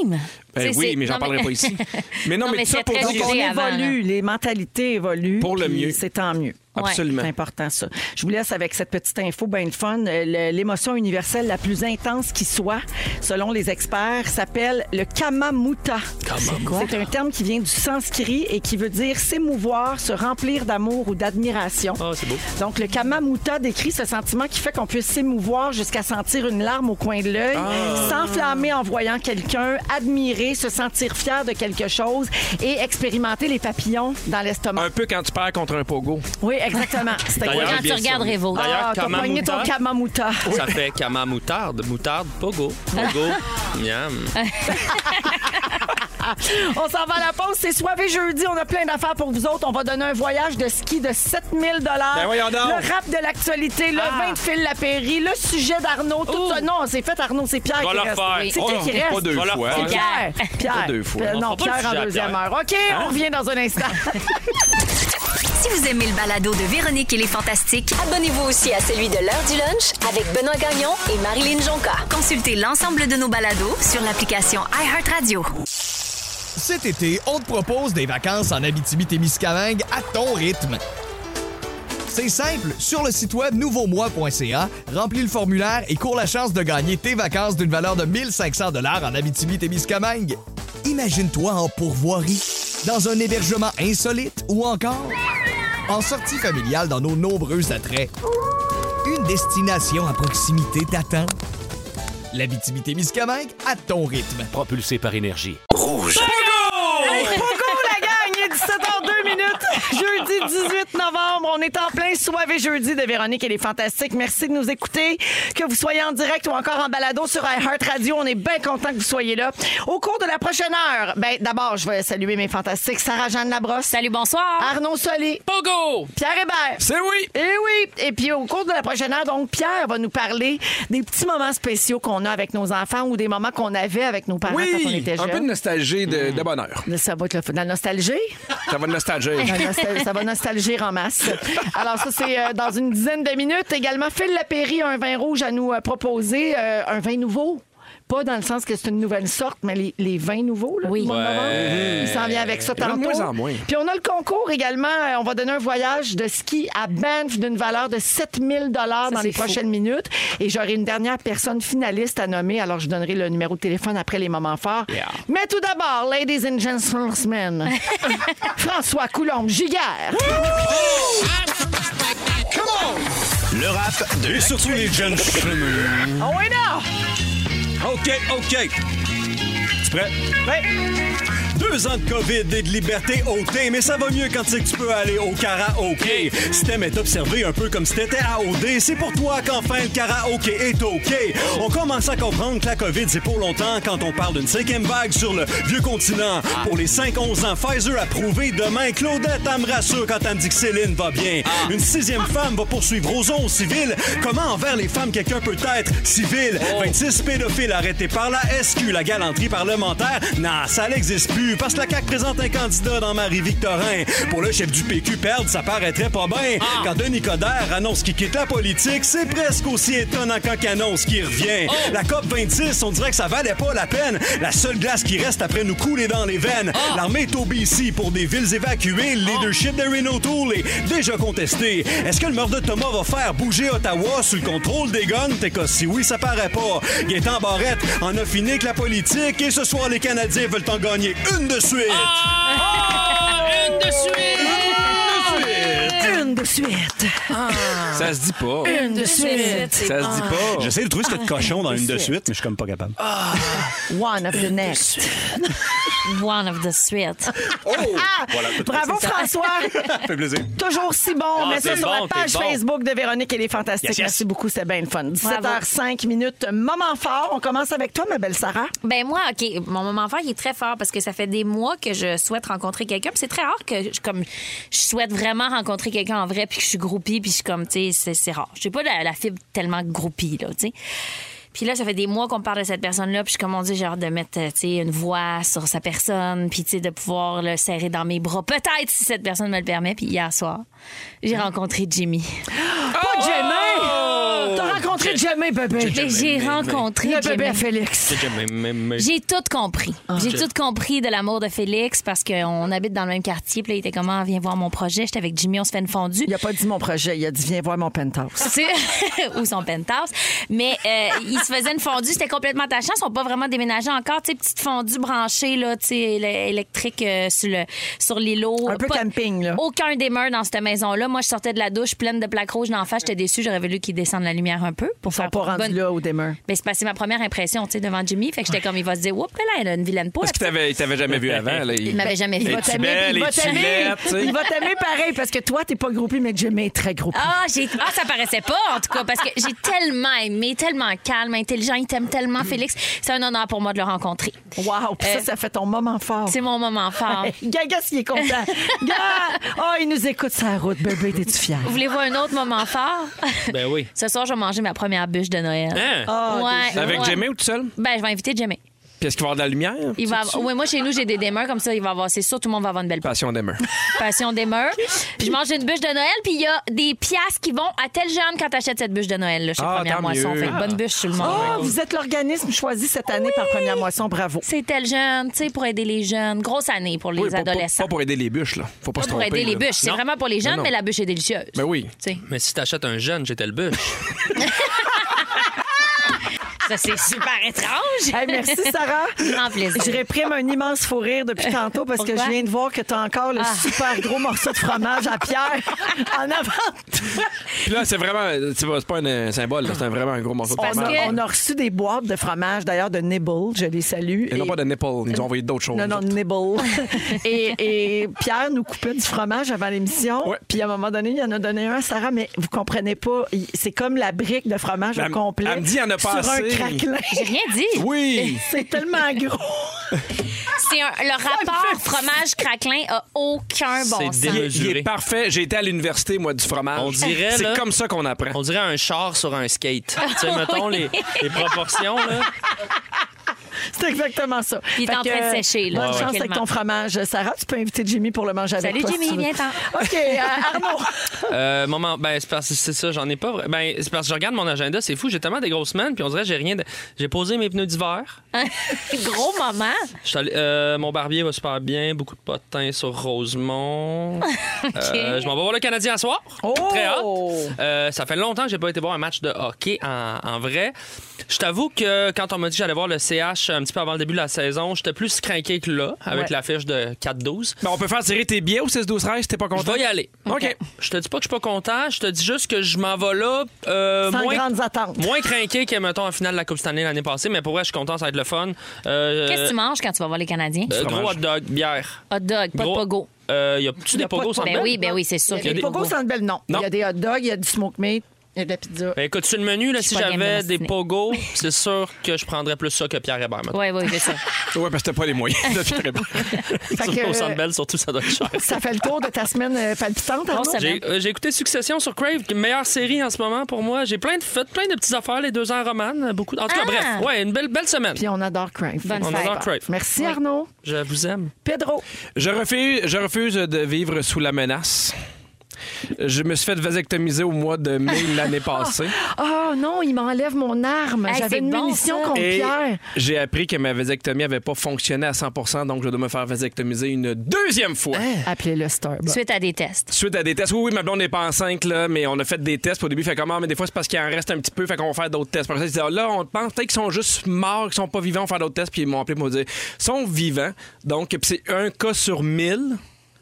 Ben
Tu sais,
oui,
Ah, c'est-
mais j'en
non,
parlerai pas ici. Mais non,
Non,
mais,
mais
tout ça
c'est
pour
très
dire-
Donc, on
avant,
évolue, les mentalités évoluent.
Pour le
puis
mieux.
C'est tant mieux.
Absolument.
C'est important, ça. Je vous laisse avec cette petite info bien fun. Euh, le- L'émotion universelle la plus intense qui soit, selon les experts, s'appelle le kamamuta. C'est un terme qui vient du sanskrit et qui veut dire s'émouvoir, se remplir d'amour ou d'admiration.
Ah, c'est beau.
Donc, le kamamuta décrit ce sentiment qui fait qu'on peut s'émouvoir jusqu'à sentir une larme au coin de l'œil, s'enflammer en voyant quelqu'un, admirer, se sentir fier de quelque chose et expérimenter les papillons dans l'estomac.
Un peu quand tu perds contre un pogo.
Oui, exactement. C'était
D'ailleurs,
Quand tu
bien
regardes
sûr.
Révo.
D'ailleurs,
Ah, t'as poigné ton Kamamuta.
Ça fait Kama Moutarde. Moutarde, Pogo. Pogo. Miam.
On s'en va à la pause, c'est soirée jeudi, on a plein d'affaires pour vous autres. On va donner un voyage de ski de 7000 dollars.
Ben voyons donc. Ah.
Le rap de l'actualité, le vin de Phil Lapéry, le sujet d'Arnaud, tout ça. Non, c'est fait Arnaud, c'est Pierre
Va
qui
le
reste.
refaire.
C'est
On
qui qui
refait Oh, pas
reste?
deux
Voilà.
fois.
C'est
Ouais.
Pierre. Pierre.
deux fois.
Euh,
On
non,
fera pas le
Pierre
sujet
en
à
deuxième
Pierre. Hein?
heure. OK, on revient dans un instant.
Si vous aimez le balado de Véronique et les Fantastiques, abonnez-vous aussi à celui de l'heure du lunch avec Benoît Gagnon et Marilyn Jonca. ah, Consultez l'ensemble de nos balados sur l'application iHeartRadio.
Cet été, on te propose des vacances en Abitibi-Témiscamingue à ton rythme. C'est simple, sur le site web nouveaumois.ca, remplis le formulaire et cours la chance de gagner tes vacances d'une valeur de 1500 dollars en Abitibi-Témiscamingue. Imagine-toi en pourvoirie, dans un hébergement insolite ou encore en sortie familiale dans nos nombreux attraits. Une destination à proximité t'attend. L'Abitibi-Témiscamingue à ton rythme.
Propulsé par énergie.
Coucou la gang, il est 17h02 minutes. Jeudi 18 novembre, on est en plein soirée jeudi de Véronique et les Fantastiques. Merci de nous écouter, que vous soyez en direct ou encore en balado sur iHeartRadio, on est bien content que vous soyez là. Au cours de la prochaine heure, ben d'abord, je vais saluer mes fantastiques Sarah-Jeanne Labrosse,
Salut, bonsoir.
Arnaud Solé,
Pogo!
Pierre Hébert.
C'est oui!
Eh oui! Et puis, au cours de la prochaine heure, donc, Pierre va nous parler des petits moments spéciaux qu'on a avec nos enfants ou des moments qu'on avait avec nos
Ah,
parents quand on
Oui!
était
Un
jeunes.
peu de nostalgie de, de bonheur.
Ça va être le fun. La nostalgie?
Ça va de nostalgie.
La nostal- ça va nostalgier en masse. Alors ça, c'est euh, dans une dizaine de minutes. Également, Phil Lapéry a un vin rouge à nous euh, proposer, euh, un vin nouveau. Pas dans le sens que c'est une nouvelle sorte, mais les, les vins nouveaux, là,
Oui.
du mois de novembre, il s'en vient avec ça
Il y en a de
tantôt.
moins en moins.
Puis on a le concours également. Euh, On va donner un voyage de ski à Banff d'une valeur de 7000 dollars dans
c'est
les
fou.
prochaines minutes. Et j'aurai une dernière personne finaliste à nommer. Alors je donnerai le numéro de téléphone après les moments forts. Mais tout d'abord, ladies and gentlemen, François Coulombe Giguère.
Le rap de... Et surtout les jeunes
Oh oui, non!
OK, OK. Tu prêt? Deux ans de COVID et de liberté ôtée, mais ça va mieux quand tu sais que tu peux aller au karaoké. Si t'aimes être observé un peu comme si t'étais à OD, c'est pour toi qu'enfin le karaoké est OK. On commence à comprendre que la COVID, c'est pour longtemps quand on parle d'une cinquième vague sur le vieux continent. Pour les 5-11 ans, Pfizer a prouvé demain. Claudette, elle me rassure quand elle me dit que Céline va bien. Une sixième femme va poursuivre Roson au civil. Comment envers les femmes quelqu'un peut être civil? 26 pédophiles arrêtés par la SQ, la galanterie parlementaire. Non, ça n'existe plus parce que la CAQ présente un candidat dans Marie-Victorin. Pour le chef du PQ perdre, ça paraîtrait pas bien. Quand Denis Coderre annonce qu'il quitte la politique, c'est presque aussi étonnant quand qu'il annonce qu'il revient. La COP 26, on dirait que ça valait pas la peine. La seule glace qui reste après nous couler dans les veines. L'armée est au BC pour des villes évacuées. Le leadership de Renault Tool est déjà contesté. Est-ce que le meurtre de Thomas va faire bouger Ottawa sous le contrôle des guns? T'es que si oui, ça paraît pas. Gaétan Barrette en a fini avec la politique et ce soir, les Canadiens veulent en gagner une de suite.
Ah! Une de suite!
Euh, Une de suite.
Ça se dit pas.
Une de suite.
Ça se dit pas.
J'essaie de trouver ce qu'il y
Ah!
a de cochon dans une de suite, mais je suis comme pas capable.
One of the next.
One of the suite.
Ah! Bravo, François.
fait plaisir.
Toujours si bon. On met ça
t'es
sur la
bon,
page
t'es bon.
Facebook de Véronique et les Fantastiques.
Yes, yes.
Merci beaucoup, c'était bien le fun. 17h05 minutes, moment fort. On commence avec toi, ma belle Sarah.
Ben moi, OK, mon moment fort, il est très fort parce que ça fait des mois que je souhaite rencontrer quelqu'un. Puis c'est très rare que je, comme, je souhaite vraiment rencontrer quelqu'un en vrai puis que je suis groupie puis je suis comme, tu sais, c'est- c'est rare. J'ai pas la, la fibre tellement groupie, là, tu sais. Puis là, ça fait des mois qu'on me parle de cette personne-là, puis je suis comme on dit, j'ai hâte de mettre, euh, tu sais, une voix sur sa personne, puis tu sais, de pouvoir le serrer dans mes bras, peut-être si cette personne me le permet. Puis hier soir, j'ai rencontré Jimmy.
Pas de gêner. T'as rencontré rencontré jamais bébé.
Mais j'ai rencontré
Le
Jimmy.
bébé à Félix.
J'ai tout compris.
Ah.
J'ai tout compris de l'amour de Félix parce qu'on habite dans le même quartier. Puis là, il était comment, viens voir mon projet. J'étais avec Jimmy, on se fait une fondue.
Il a pas dit mon projet, il a dit viens voir mon penthouse.
C'est- ou son penthouse. Mais euh, il se faisait une fondue, c'était complètement attachant. Ils sont pas vraiment déménagés encore. Tu sais, petite fondue branchée, là, tu sais, éle- électrique euh, sur, le, sur l'îlot.
Un peu
Pas-
camping, là.
Aucun des murs dans cette maison-là. Moi, je sortais de la douche pleine de plaques rouges d'en face. J'étais déçue. J'aurais voulu qu'ils descendent la lumière un peu pour
Ils sont
faire
pas rendus
bonne-
là au demeure.
Ben, c'est passé ma première impression, tu sais, devant Jimmy. Fait que j'étais comme, il va se dire, oups, là, elle a une vilaine peau.
Parce qu'il t'avait, il t'avait jamais vu avant. Là,
Il m'avait jamais vu.
Il va
Es-tu
t'aimer,
belle?
il va
Es-tu
t'aimer.
laide, tu sais?
Il va t'aimer pareil parce que toi, t'es pas groupé, mais Jimmy est très groupé.
Ah, j'ai... ah, ça paraissait pas, en tout cas, parce que j'ai tellement aimé, tellement calme, intelligent. Il t'aime tellement, Félix. C'est un honneur pour moi de le rencontrer.
Wow, puis
Euh,
ça, ça fait ton moment fort.
C'est mon moment fort.
Hey, Gaga, s'il est content. Gaga! Oh, il nous écoute sa route. Bébé, t'es-tu fier?
Vous voulez voir un autre moment fort?
Ben oui.
Ce soir, je vais manger ma première bûche de Noël.
Hein?
Ah,
Ouais,
Avec
ouais.
Jimmy ou tout seul?
Ben, je vais inviter Jimmy.
Puis est-ce qu'il va y avoir de la lumière?
Il va avoir- Oui, moi, chez nous, j'ai des démeurs comme ça. Il va avoir, c'est sûr, tout le monde va avoir une belle
Passion d'aimer.
passion démeur. Je mange une bûche de Noël, puis il y a des piastres qui vont à tel jeune quand t'achètes cette bûche de Noël, là, chez
Ah,
Première
tant
Moisson.
mieux. Ah.
Fait que bonne bûche, tout le monde.
Oh, vous êtes l'organisme choisi cette année par Première Moisson. Bravo.
C'est tel jeune, tu sais, pour aider les jeunes. Grosse année pour les
Oui, pas- pas-
adolescents.
Pas pour aider les bûches, là. Faut pas,
Pas
se
pour
tromper.
aider les
là.
bûches. C'est
Non.
vraiment pour les jeunes,
non.
mais la bûche est délicieuse.
Ben oui.
Tu sais,
Mais si t'achètes un jeune, j'étais le bûche.
Ça, c'est super étrange.
Hey, merci, Sarah.
Grand plaisir.
Je réprime un immense fou rire depuis tantôt parce que
Pourquoi? Ah.
je viens de voir que t'as encore le super gros morceau de fromage à Pierre en avant. de toi.
Puis là, c'est vraiment. C'est pas- c'est pas un euh, symbole, là. c'est un- vraiment un gros morceau de
Parce
On a,
fromage.
que-
on a reçu des boîtes de fromage, d'ailleurs, de Nibble. Je les salue.
Ils n'ont
Et-
pas de nipple. Ils nous ont envoyé d'autres choses.
Non, non, nibble. et, et Pierre nous coupait du fromage avant l'émission.
Ouais.
Puis à un moment donné, il en a donné un à Sarah, mais vous comprenez pas, il- c'est comme la brique de fromage
Elle
au
me-
complet.
Ben, elle me dit, il y en a pas
Sur un
assez.
craquelin.
J'ai rien dit.
Oui!
C'est tellement gros.
C'est un- le rapport fromage-craquelin a aucun bon sens.
C'est
Il est,
démesuré.
il est parfait. J'ai été à l'université, moi, du fromage.
On dirait,
C'est
là-
comme ça qu'on apprend.
On dirait un char sur un skate. tu sais, mettons les, les proportions, là.
C'est exactement ça.
Il est
Fait
en
que,
train de sécher, là,
Bonne chance avec
tranquillement.
ton fromage. Sarah, tu peux inviter Jimmy pour le manger avec
Salut,
toi. si
Jimmy,
tu veux.
viens-t'en.
OK, euh, Arnaud.
Euh, moment, ben, c'est parce que c'est ça, j'en ai pas. vra- Ben, c'est parce que je regarde mon agenda, c'est fou, j'ai tellement des grosses semaines, puis on dirait que j'ai rien. de- J'ai posé mes pneus d'hiver.
Gros moment.
Je suis allé- euh, mon barbier va super bien, beaucoup de potins sur Rosemont. Euh, je m'en vais voir le Canadien à soir. Très hâte. Euh, ça fait longtemps que j'ai pas été voir un match de hockey en, en vrai. Je t'avoue que quand on m'a dit que j'allais voir le CH un petit peu avant le début de la saison, j'étais plus craqué que là, avec
Ouais.
l'affiche de 4-12.
Ben, on peut faire tirer tes billets au 6 12 13 si t'es pas
Je
content.
vais y aller.
OK.
Je te dis pas que je suis pas content, je te dis juste que je m'en vais là. euh,
Sans
moins,
grandes attentes.
moins craqué que, mettons, en finale de la Coupe Stanley l'année passée, mais pour vrai, je suis content, ça va être le fun. Euh,
Qu'est-ce que tu manges quand tu vas voir les Canadiens?
euh, gros hot
Fromage.
dog, bière.
Hot dog, pas
Gros-
de pogo.
Euh, y a-tu des
pas de
pogos sans
Ben
belle?
oui, ben oui, c'est sûr. qu'il y a
Il
des
pas gros
pogos.
sans le bel nom.
Non.
Il y a des hot dogs, il y a du smoke meat, il y a de la pizza.
Ben écoute, sur le menu, là,
Je
si
suis pas bien
j'avais des
déracinée.
pogos, c'est sûr que je prendrais plus ça que Pierre Hébert. mettons.
Oui, oui, c'est ça.
Ouais, parce que t'as pas les moyens. Ça, c'est très bon.
Fait
Surtout
que,
au Centre Bell, surtout, ça doit être cher.
Ça fait le tour de ta semaine euh, palpitante, Arnaud?
semaine.
J'ai euh, j'ai écouté Succession sur Crave, qui est meilleure série en ce moment pour moi. J'ai plein de fait plein de petites affaires les deux ans romanes, beaucoup. En tout cas,
Ah!
bref, ouais, une belle belle semaine.
Puis on adore Crave.
Bonne
On
fête.
adore Crave.
Merci, Arnaud.
Je vous aime.
Pedro.
Je refuse, je refuse de vivre sous la menace. Je me suis fait vasectomiser au mois de mai l'année passée.
Ah,
Oh non, il m'enlève mon arme.
Hey,
J'avais
c'est
une
bon,
munition
ça.
contre
Et
Oh, Pierre.
j'ai appris que ma vasectomie n'avait pas fonctionné à 100 donc je dois me faire vasectomiser une deuxième fois.
Appelez-le Starbucks.
Suite à des tests.
Suite à des tests. Oui, oui, ma blonde n'est pas enceinte, là, mais on a fait des tests. Au début, fait comment, mais des fois, c'est parce qu'il en reste un petit peu, fait qu'on va faire d'autres tests. Après ça, ils disaient, Ah, là, on pense peut-être qu'ils sont juste morts, qu'ils sont pas vivants, on va faire d'autres tests. Puis ils m'ont appelé pour me dire, ils sont vivants. Donc, puis c'est un cas sur mille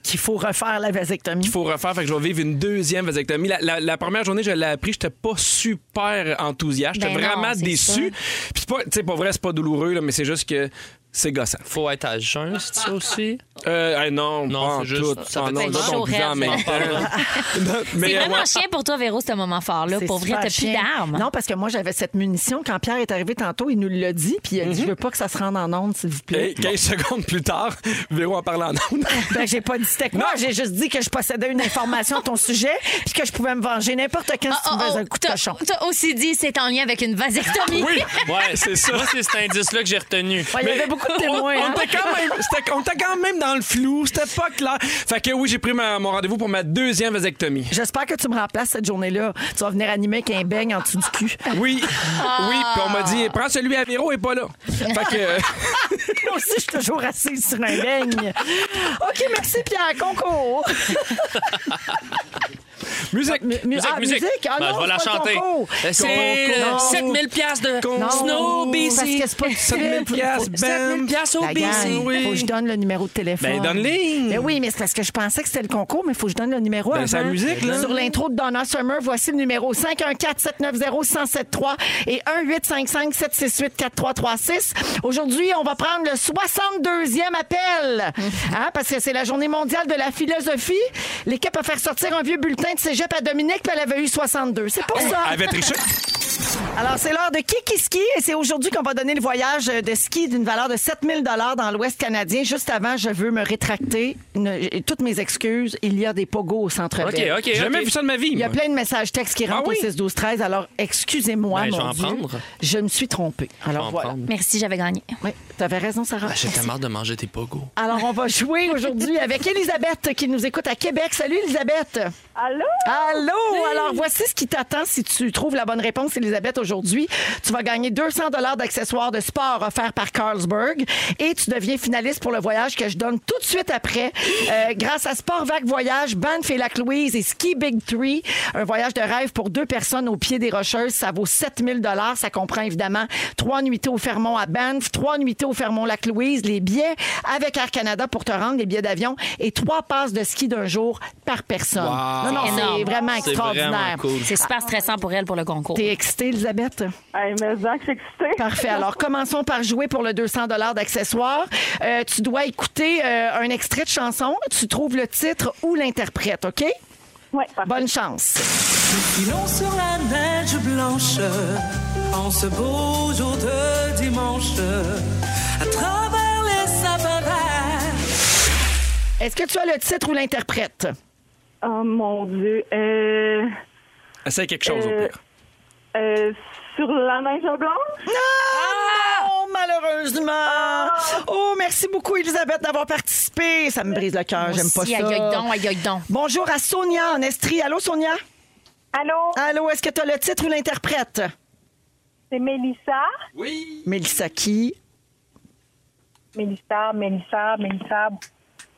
Qu'il faut refaire la vasectomie.
qu'il faut refaire. Fait que je vais vivre une deuxième vasectomie. La, la- la première journée, je l'ai appris, j'étais pas super enthousiaste. J'étais
Ben non,
vraiment
c'est
déçu. Puis c'est pas, tu sais, pour vrai, c'est pas douloureux, là, mais c'est juste que c'est gossant.
Faut être à jeun, c'est ça aussi.
Euh, hey, non,
Non,
pas
c'est
en
juste-
tout.
ça
Ah
fait
non,
être
nous autres,
chaud
on vivait en
raide,
même
ça.
temps. Mais,
C'est
euh,
vraiment
ouais.
chien pour toi, Véro, ce moment fort-là.
C'est
Pour vrai,
super
t'as plus
chiant.
d'armes.
Non, parce que moi, j'avais cette munition. Quand Pierre est arrivé tantôt, il nous l'a dit. Puis il a dit Je veux pas que ça se rende en onde, s'il vous plaît.
Et 15 secondes plus tard, Véro en parle en ondes.
Ben, j'ai pas dit c'était quoi? J'ai juste dit que je possédais une information à ton sujet puis que je pouvais me venger n'importe quand si tu me faisais un coup de
Ah, Oh, t'as-
cochon.
T'as aussi dit c'est en lien avec une vasectomie.
Oui,
Ouais, c'est ça. Moi, c'est cet indice-là que j'ai retenu.
Ouais, Il y avait beaucoup de témoins.
on
hein?
était quand même, c'était- on était quand même dans le flou, c'était pas clair. Fait que oui, j'ai pris ma- mon rendez-vous pour ma deuxième vasectomie.
J'espère que tu me remplaces cette journée-là. Tu vas venir animer avec un beigne en dessous du cul.
Oui, oui,
Ah.
puis on m'a dit prends celui à Véro et pas là. Fait que euh,
Moi aussi, je suis toujours assise sur un beigne. OK, merci Pierre. Concours.
musique.
Mu- mu- ah,
musique.
Ah,
Ben,
non,
je vais la
c'est pas
chanter.
concours.
C'est
Concours.
le
Non.
7000 piastres de
Non.
Snow
Parce
BC.
que c'est pas du
7000
trip.
piastres,
Faut-
bam.
piastres au
La
BC.
gang,
oui.
faut que je donne le numéro de téléphone.
Ben, donne-le.
Ben oui, mais c'est parce que je pensais que c'était le concours, mais il faut que je donne le numéro.
Ben, c'est
avant.
la musique, là.
Sur l'intro de Donna Summer, voici le numéro 514-790-1073 et 1-855-768-4336. Aujourd'hui, on va prendre le 62e appel, Hein, parce que c'est la journée mondiale de la philosophie. L'équipe a fait sortir un vieux bulletin de cégep à Dominique, puis elle avait eu 62. C'est pour ça.
Avec Richard.
Alors, c'est l'heure de Kiki Ski et c'est aujourd'hui qu'on va donner le voyage euh, de ski d'une valeur de 7000 dollars dans l'Ouest canadien. Juste avant, je veux me rétracter. Ne- toutes mes excuses, il y a des pogos au centre
OK,
ville
OK.
J'ai jamais
ok.
vu ça de ma vie.
Il y a
moi.
plein de messages textes qui rentrent
Ah oui?
au 6 12 13 alors excusez-moi
Ben, je
mon
vais en
Dieu.
prendre.
Je me suis trompée. Alors
en
voilà.
prendre.
Merci, j'avais gagné.
Oui, tu avais raison Sarah.
Ah, J'ai
Merci.
tellement marre de manger tes pogos.
Alors on va jouer aujourd'hui avec Elisabeth qui nous écoute à Québec. Salut Elisabeth.
Allô?
Allô? Alors, voici ce qui t'attend si tu trouves la bonne réponse, Elisabeth, aujourd'hui. Tu vas gagner 200 d'accessoires de sport offerts par Carlsberg et tu deviens finaliste pour le voyage que je donne tout de suite après euh, grâce à Sportvac Voyage, Banff et Lac-Louise et Ski Big Tree. Un voyage de rêve pour deux personnes au pied des Rocheuses. Ça vaut 7000 Ça comprend évidemment trois nuitées au Fermont à Banff, trois nuitées au Fermont Lac-Louise, les billets avec Air Canada pour te rendre, les billets d'avion et trois passes de ski d'un jour par personne. Non, non,
C'est
c'est
énorme.
C'est
vraiment
vraiment
extraordinaire.
cool.
C'est super stressant pour elle pour le concours.
Ah, T'es excitée, Elisabeth?
Hey, mais Zach, je suis excitée.
Parfait. Alors, commençons par jouer pour le 200 d'accessoires. Euh, tu dois écouter euh, un extrait de chanson. Tu trouves le titre ou l'interprète, OK?
Ouais, parfait.
Bonne chance.
Filons sur la neige blanche en ce beau jour de dimanche à travers les sapins verts.
Est-ce que tu as le titre ou l'interprète?
Oh mon Dieu. Euh,
Essaye quelque chose au
Euh,
pire.
euh, sur la neige blanche? Ah!
Oh, malheureusement! Oh, merci beaucoup, Elisabeth, d'avoir participé. Ça me brise le cœur. Ah, J'aime pas
Aussi,
ça.
aïe, aïe, donc, aïe, aïe, donc.
Bonjour à Sonia en Estrie. Allô, Sonia?
Allô?
Allô, est-ce que tu as le titre ou l'interprète?
C'est Mélissa?
Mélissa qui?
Mélissa, Mélissa, Mélissa.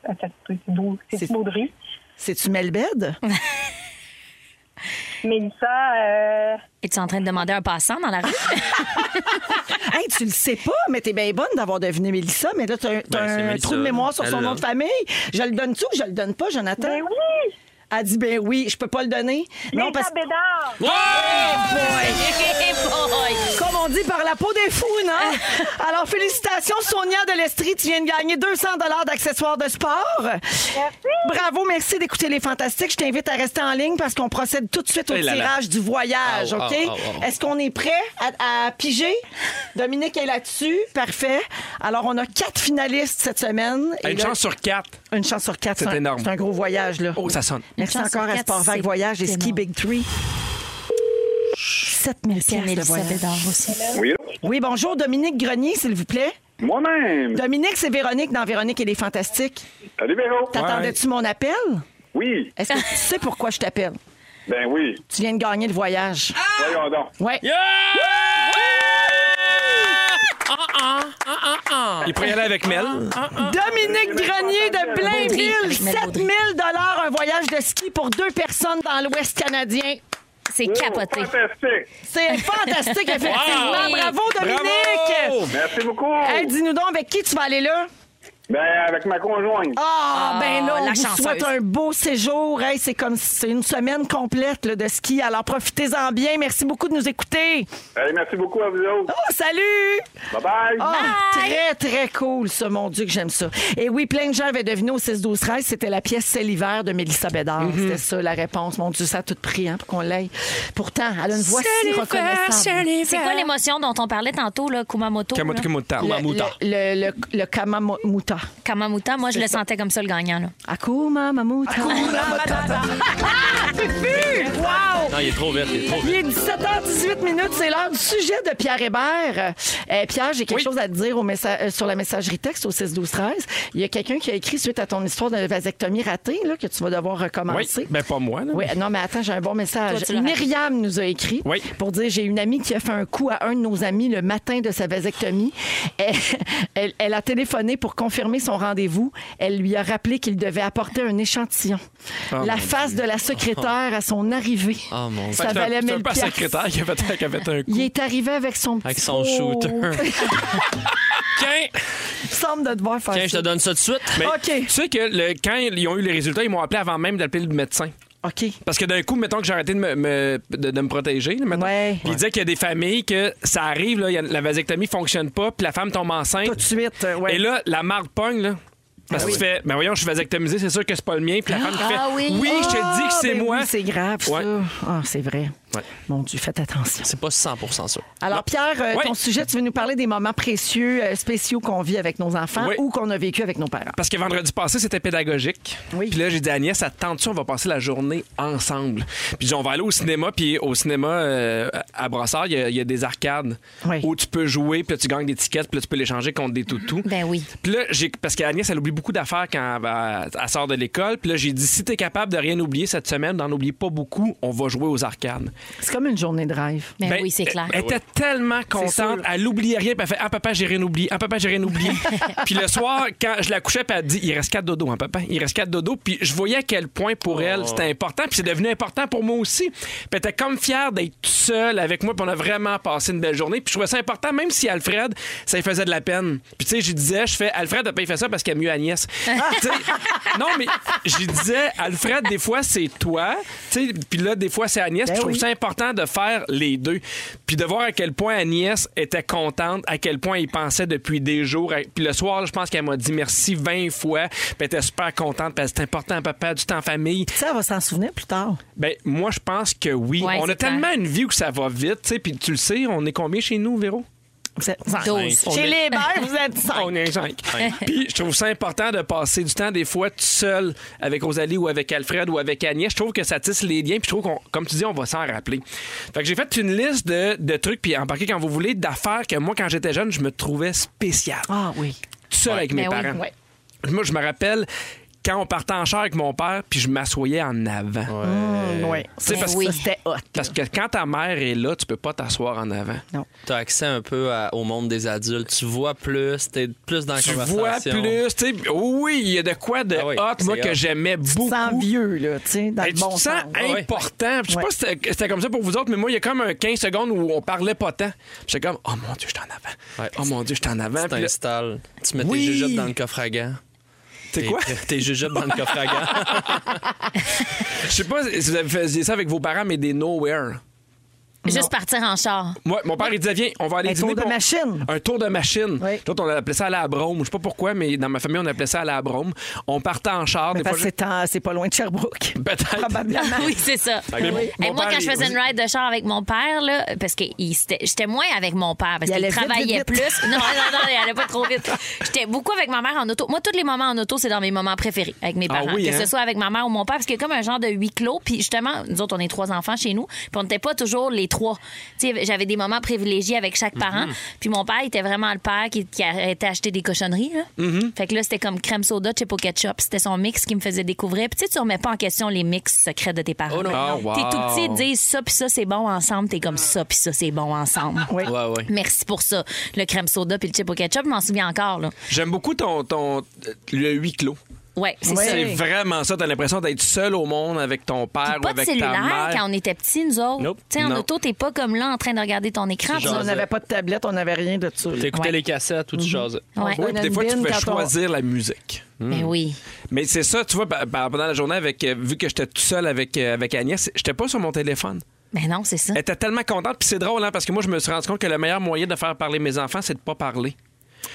Attends, C'est beau.
C'est-
C'est Baudry.
C'est-tu Melbed?
Mélissa, euh,
Es-tu en train de demander un passant dans la rue?
Ah! Hey, tu le sais pas, mais t'es bien bonne d'avoir deviné Mélissa, mais là, t'as un, t'as
Ben, c'est
un
Mélissa,
trou de mémoire sur
elle
son
l'a.
nom de famille. Je le donne-tu ou je le donne pas, Jonathan?
ben oui!
Elle dit, ben oui, je peux pas le donner. Non,
Mélissa
parce
Bédard!
Hey boy!
comme on dit, par la peau des fous, non? Alors, félicitations, Sonia de l'Estrie. Tu viens de gagner 200 d'accessoires de sport. Bravo, merci d'écouter Les Fantastiques. Je t'invite à rester en ligne parce qu'on procède tout de suite au
Eh là Ah, là.
tirage du voyage,
Au, au,
OK?
au, au.
Est-ce qu'on est prêt à, à piger? Dominique est là-dessus. Parfait. Alors, on a quatre finalistes cette semaine. Et
Ah, Une
là,
chance sur quatre.
une chance sur quatre.
C'est
un-
énorme.
C'est un gros voyage, là.
Oh, ça sonne.
Merci
Une chance
encore
sur
à
quatre,
Sport Vague
c'est
Voyage et Ski
énorme.
Big Tree. 7000
Puis
piastres de
Mélissa
voyage.
Bédard aussi.
Oui, bonjour, Dominique Grenier, s'il vous plaît.
Moi-même.
Dominique, c'est Véronique dans Véronique et les Fantastiques.
Salut, Véro.
T'attendais-tu mon appel?
Oui.
Est-ce que tu sais pourquoi je t'appelle?
Ben oui. Ah!
Tu viens de gagner le voyage.
Voyons donc.
Ouais.
Il pourrait y aller avec Mel.
Ah, Dominique Grenier de Blainville,
Baudry.
7000 un voyage de ski pour deux personnes dans l'Ouest canadien.
C'est capoté.
Fantastique.
C'est fantastique, effectivement.
Wow.
Bravo, Dominique!
Bravo!
Merci beaucoup.
Hey, dis-nous donc avec qui tu vas aller là?
Ben, avec ma conjointe.
Ah,
Ah,
ben là, on
la
vous
chanceuse.
souhaite un beau séjour. Hey, c'est comme c'est une semaine complète là, de ski. Alors profitez-en bien. Merci beaucoup de nous écouter.
Allez, merci beaucoup à vous autres.
Oh, salut!
Bye-bye.
Ah, très, très cool, ça. Mon Dieu, que j'aime ça. Et oui, plein de gens avaient deviné au 6-12-13, c'était la pièce C'est l'hiver de Mélissa Bédard.
Mhm.
C'était ça, la réponse. Mon Dieu, ça a tout pris, hein, pour qu'on l'aille. Pourtant, elle a une voix si reconnaissable.
C'est quoi l'émotion dont on parlait tantôt, là, Kumamoto? là?
Kamut- Kamut- Kamut-
Le, le, le, le Kamamouta. Kamamouta.
Kamamouta, moi, je
C'est
le
ça.
sentais comme ça, le gagnant. Là.
Akuma Mamouta. Fufu! Wow!
Non, il est trop vite, il est trop vite.
Il est 17h18 minutes, c'est l'heure du sujet de Pierre Hébert. Euh, Pierre, j'ai quelque chose à te dire au messa- euh, sur la messagerie texte au 6 12 13. Il y a quelqu'un qui a écrit suite à ton histoire de vasectomie ratée là, que tu vas devoir
Oui,
recommencer.
ben pas moi. là.
Oui, non, mais attends, j'ai un bon message.
Toi, tu l'as
Myriam nous a écrit
Oui.
pour dire j'ai une amie qui a fait un coup à un de nos amis le matin de sa vasectomie. Elle, elle- elle a téléphoné pour confirmer son rendez-vous. Elle lui a rappelé qu'il devait apporter un échantillon.
Oh,
la
mon
face de la secrétaire à son arrivée.
Oh mon
Fait
Ça
que c'est un-
valait
c'est
1000
un peu un
piastres.
secrétaire qui avait, qui avait un
Il est arrivé avec son petit
Avec son
pot.
shooter. Quin,
Il semble de devoir faire
Quin, je te
ça.
donne ça de suite.
Mais
OK.
Tu sais que le- quand ils ont eu les résultats, ils m'ont appelé avant même d'appeler le médecin.
OK.
Parce que d'un coup, mettons que j'ai arrêté de me, me- de, de me protéger. là, mettons.
Ouais.
Puis il disait qu'il y a des familles que ça arrive, là, il y a- la vasectomie fonctionne pas, puis la femme tombe enceinte.
Tout de suite, euh, ouais.
Et là, la marde pogne, là. Parce
Ah
que tu fais, ben voyons, je suis vasectomisé, c'est sûr que c'est pas le mien. Puis la femme qui fait,
Ah oui.
je te dis que
Ah,
c'est
ben
moi.
oui, c'est grave,
Ouais.
ça. Ah, c'est vrai.
Ouais.
Mon Dieu, faites attention.
C'est pas 100% sûr.
Alors, Pierre, euh,
Ouais.
ton sujet, tu veux nous parler des moments précieux, euh, spéciaux qu'on vit avec nos enfants
Ouais.
ou qu'on a vécu avec nos parents.
Parce que vendredi passé, c'était pédagogique.
Oui.
Puis là, j'ai dit à Agnès, ça te tente-tu, on va passer la journée ensemble. Puis j'ai dit, on va aller au cinéma, puis au cinéma euh, à Brassard, il y a- il y, a des arcades
Oui.
où tu peux jouer, puis là, tu gagnes des tickets, puis là, tu peux les changer contre des toutous.
Ben oui.
Puis là, j'ai, parce qu'Agnès, elle oublie beaucoup d'affaires quand elle, va- elle sort de l'école. Puis là, j'ai dit, si t'es capable de rien oublier cette semaine, d'en oublier pas beaucoup, on va jouer aux arcades.
C'est comme une journée de rêve.
Ben,
Ben,
oui, c'est clair.
Elle était tellement contente. Elle n'oubliait rien. Puis elle fait Ah, papa, j'ai rien oublié. Ah, papa, j'ai rien oublié. puis le soir, quand je la couchais, puis elle dit Il reste quatre dodos, hein, papa. Il reste quatre dodos. Puis je voyais à quel point pour elle, c'était important. Puis c'est devenu important pour moi aussi. Puis elle était comme fière d'être toute seule avec moi. Puis on a vraiment passé une belle journée. Puis je trouvais ça important, même si Alfred, ça lui faisait de la peine. Puis tu sais, je lui disais Je fais Alfred, pas fait ça parce qu'il aime mieux Agnès. Tu sais, non, mais je lui disais Alfred, des fois, c'est toi. Tu sais, Puis là, des fois, c'est
Ben
Agnès. Puis je trouve
oui.
ça important de faire les deux. Puis de voir à quel point Agnès était contente, à quel point il pensait depuis des jours. Puis le soir, là, je pense qu'elle m'a dit merci 20 fois. Puis elle était super contente parce que c'est important, papa, du temps en famille.
Ça, on va s'en souvenir plus tard.
Ben, moi, je pense que oui.
Ouais,
on a
c'est
tellement une vie où ça va vite. tu sais, Puis tu le sais, on est combien chez nous, Véro?
Vous êtes-
Dose.
On
Chez
est-
les mères, vous êtes cinq.
Ah, On est cinq. Puis je trouve ça important de passer du temps des fois tout seul avec Rosalie ou avec Alfred ou avec Agnès. Je trouve que ça tisse les liens. Puis je trouve qu'on, comme tu dis, on va s'en rappeler. Fait que j'ai fait une liste de, de trucs, puis embarquez quand vous voulez, d'affaires que moi, quand j'étais jeune, je me trouvais spécial.
Ah oui.
Tout seul avec mes
Ben oui,
parents.
ouais.
Moi, je me rappelle quand on partait en char avec mon père, puis je m'assoyais en avant.
Mm, ouais.
Euh, sais, parce que
oui.
Ça, c'était hot.
Parce que quand ta mère est là, tu peux pas t'asseoir en avant.
T'as accès un peu à- au monde des adultes. Tu vois plus, t'es plus dans la
Tu vois
conversation.
plus, tu sais, oh oui, il y a de quoi de
Ah oui,
hot, moi,
c'est
que
hot.
j'aimais beaucoup.
Sans vieux, là, tu sais, dans
Et
le
tu
bon
te
sens.
sens important. Je sais
Ouais.
pas si c'était- c'était comme ça pour vous autres, mais moi, il y a comme un 15 secondes où on parlait pas tant. J'étais comme, oh mon Dieu, je suis en avant.
Ouais.
Oh mon Dieu, je suis en avant.
Tu
Puis là,
t'installes, tu mets
Oui.
tes jujubes dans le coffre à gants.
C'est
Tes-
quoi?
Tes jujubes dans le coffre à gants.
Je sais pas si vous avez- faisiez ça avec vos parents, mais des nowhere.
Juste partir en char.
Moi, mon père, il disait, viens, on va aller
Un
dîner.
tour de
puis on-
machine.
Un tour de machine.
Oui.
D'autres, on appelait ça à la brome. Je sais pas pourquoi, mais dans ma famille, on appelait ça à la brome. On partait en char.
Mais
des
parce que
fois,
c'est en- c'est pas loin de Sherbrooke.
je- Peut-être.
Probablement.
oui, c'est ça.
Ben, Mais mon-
Et
mon
moi,
père,
quand je
il-
faisais une ride de char avec mon père, là, parce que il- c'était- j'étais moins avec mon père, parce
Il allait
qu'il
vite,
travaillait
vite, vite.
plus. Non, non, non, il allait pas trop vite. J'étais beaucoup avec ma mère en auto. Moi, tous les moments en auto, c'est dans mes moments préférés avec mes
Ah
parents.
oui,
que
hein?
ce soit avec ma mère ou mon père, parce qu'il y a comme un genre de huis clos. Puis justement, nous autres, on est trois enfants chez nous, puis on n'était pas toujours les trois. Tu sais, j'avais des moments privilégiés avec chaque
Mhm.
parent. Puis mon père, il était vraiment le père qui, qui arrêtait acheter des cochonneries. là.
Mhm.
Fait que là, c'était comme crème soda, chip au ketchup. C'était son mix qui me faisait découvrir. Puis tu sais, tu remets pas en question les mix secrets de tes parents.
Oh non.
Ah,
wow.
T'es tout petit, ils te disent ça puis ça, c'est bon ensemble. T'es comme ça puis ça, c'est bon ensemble.
Oui.
Ouais, ouais.
Merci pour ça. Le crème soda puis le chip au ketchup, je m'en souviens encore. Là.
J'aime beaucoup ton, ton, le huis clos.
Ouais, c'est
Ouais.
ça.
C'est
Puis
vraiment ça. T'as l'impression d'être seul au monde avec ton père ou
pas de
avec ta
cellulaire
mère.
quand on était petits, nous autres.
Nope.
Tu sais, en
Non.
auto, t'es pas comme là en train de regarder ton écran.
C'est
puis
On
genre-
n'avait pas de tablette, on n'avait rien de ça. là.
T'écoutais
Ouais.
les cassettes ou tu jasais.
on- Ouais.
Oui, puis des fois, tu
Une
pouvais
bin quand on-
choisir la musique.
Ben
Hmm.
oui.
Mais c'est ça, tu vois, pa- pa- pendant la journée, avec, euh, vu que j'étais tout seul avec, euh, avec Agnès, j'étais pas sur mon téléphone.
Ben non, c'est ça.
hein, Elle était tellement contente, puis c'est drôle, hein, parce que moi, je me suis rendu compte que le meilleur moyen de faire parler mes enfants, c'est de pas parler.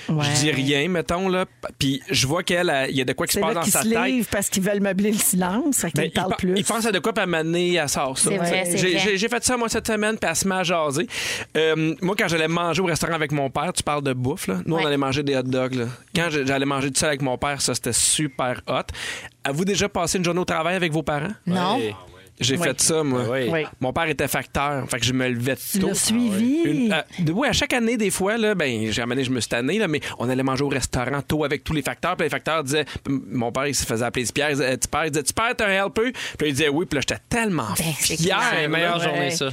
Ouais.
Je dis rien, mettons, là. Puis je vois qu'elle, elle- il y a de quoi qui se
C'est
passe
là
dans
qu'ils
sa
se
tête.
livrent parce qu'ils veulent meubler le silence, fait qu'ils
Ben, il,
parlent
pen-
plus.
il pense à de quoi, puis à m'amener à sort ça.
C'est vrai, c'est
J'ai-
vrai.
J'ai j'ai fait ça, moi, cette semaine, puis elle se met à jaser. Euh, moi, quand j'allais manger au restaurant avec mon père, tu parles de bouffe, là. Nous, on allait manger des hot dogs, là. Quand je- j'allais manger tout seul avec mon père, ça, c'était super hot. Avez-vous déjà passé une journée au travail avec vos parents?
Non. Ouais.
J'ai
Oui.
fait ça, moi.
Oui.
Mon père était facteur, fait que je me levais tôt.
l'as suivi.
Ah Une- à- de- oui, à chaque année, des fois, là, ben, j'ai amené, je me suis tanné, là, mais on allait manger au restaurant tôt avec tous les facteurs. Puis les facteurs disaient, m- mon père, il se faisait appeler Pierre, il disait, tu perds, il disait, tu perds, t'es un helper. Puis il disait, oui, puis là, j'étais tellement
Ben, c'est
fier.
clair.
là.
C'est la meilleure Ouais. journée, ça.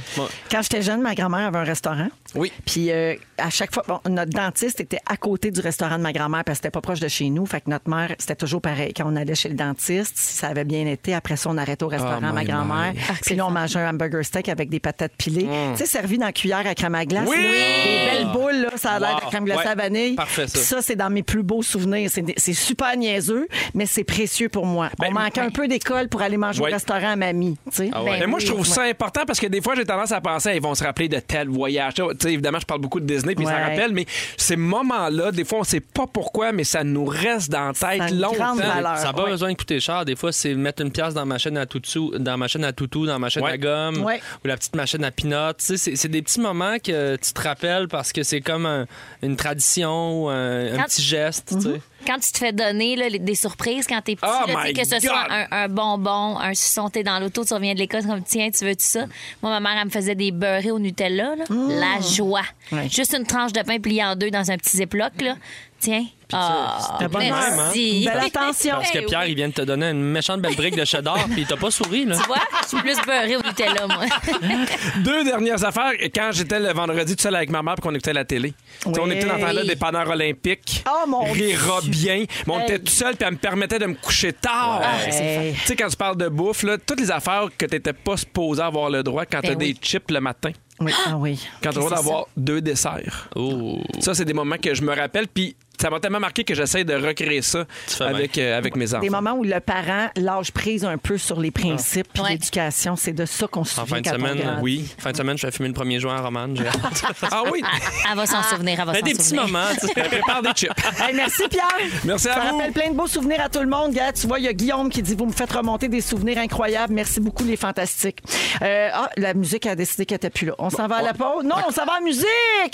Quand j'étais jeune, ma grand-mère avait un restaurant.
Oui.
Puis euh, à chaque fois, bon, notre dentiste était à côté du restaurant de ma grand-mère parce que c'était pas proche de chez nous. Fait que notre mère, c'était toujours pareil. Quand on allait chez le dentiste, si ça avait bien été, après ça, on arrêtait au restaurant,
Oh
ma
my
grand-mère.
my.
Puis là, on mangeait un hamburger steak avec des patates pilées.
Mm.
Tu sais, servi dans la cuillère à crème à glace.
Oui! Ah!
là. Des belles boules, là, ça a l'air
Wow.
de crème glacée
Ouais.
à vanille.
Parfait, ça.
Puis ça, c'est dans mes plus beaux souvenirs. C'est des- C'est super niaiseux, mais c'est précieux pour moi. on manquait un peu d'école pour aller manger
Ben, Ouais. Ah
au restaurant à mamie. tu sais.
Ah
mais moi, je trouve ça important parce que des fois, j'ai tendance à penser, ils vont se rappeler de tel voyage. Tu sais, évidemment, je parle beaucoup de Disney, puis ils
Ouais.
s'en rappellent, mais ces moments-là, des fois, on sait pas pourquoi, mais ça nous reste dans la tête longtemps.
Ça n'a pas besoin de coûter cher. Des fois, c'est mettre une pièce dans ma chaîne à toutou, dans ma chaîne à toutou, dans ma chaîne à gomme,
Ouais.
ou la petite machine à pinot. Tu sais, c'est c'est des petits moments que tu te rappelles parce que c'est comme un- une tradition ou un, un
Quand-
petit geste. tu sais.
Quand tu te fais donner là, les- des surprises quand t'es petit,
Oh
là, tu sais,
my
que ce
God!
soit un, un bonbon, un suçon, t'es dans l'auto, tu reviens de l'école, c'est comme tiens, tu veux tout ça? Moi, ma mère, elle me faisait des beurrés au Nutella. là. La joie.
Ouais.
Juste une tranche de pain pliée en deux dans un petit ziploc. Là. Tiens. Ah,
C'était bonne
merci. Ben
mère, hein?
Belle
Parce que Pierre, il vient de te donner une méchante belle brique de cheddar, puis t'as pas souri, là.
Tu vois, je suis plus beurrée au Nutella, moi.
Deux dernières affaires. Quand j'étais le vendredi tout seul avec ma mère puis qu'on écoutait la télé. Tu sais, On était dans le temps-là
Oui.
des panneurs olympiques.
Oh, mon
Rira
Dieu.
bien. Mais on
Hey. Ah,
était tout seul puis elle me permettait de me coucher tard.
Ouais. Ouais.
Tu sais, quand tu parles de bouffe, là, toutes les affaires que t'étais pas supposé avoir le droit quand
Ben
t'as
oui.
des chips le matin.
Oui, ah oui.
Quand tu as le droit
C'est ça.
d'avoir deux desserts.
Oh.
Ça, c'est des moments que je me rappelle. Puis ça m'a tellement marqué que j'essaie de recréer ça avec, euh, avec mes enfants.
Des moments où le parent lâche prise un peu sur les principes puis l'éducation, c'est de ça qu'on se
En
souvient
fin de
quand on
semaine,
grandit.
oui. Fin de semaine, je vais fumer le premier juin en romane. j'ai hâte.
Ah oui!
Elle va s'en souvenir, elle va
Mais
s'en
des petits
souvenir.
moments, tu sais.
Prépare des chips.
Hey, merci Pierre.
Merci à
Ça
vous.
rappelle plein de beaux souvenirs à tout le monde. Regarde, tu vois, il y a Guillaume qui dit vous me faites remonter des souvenirs incroyables. Merci beaucoup les fantastiques. Euh, ah, la musique a décidé qu'elle était plus là. On s'en va à la pause. Non, on s'en va en musique.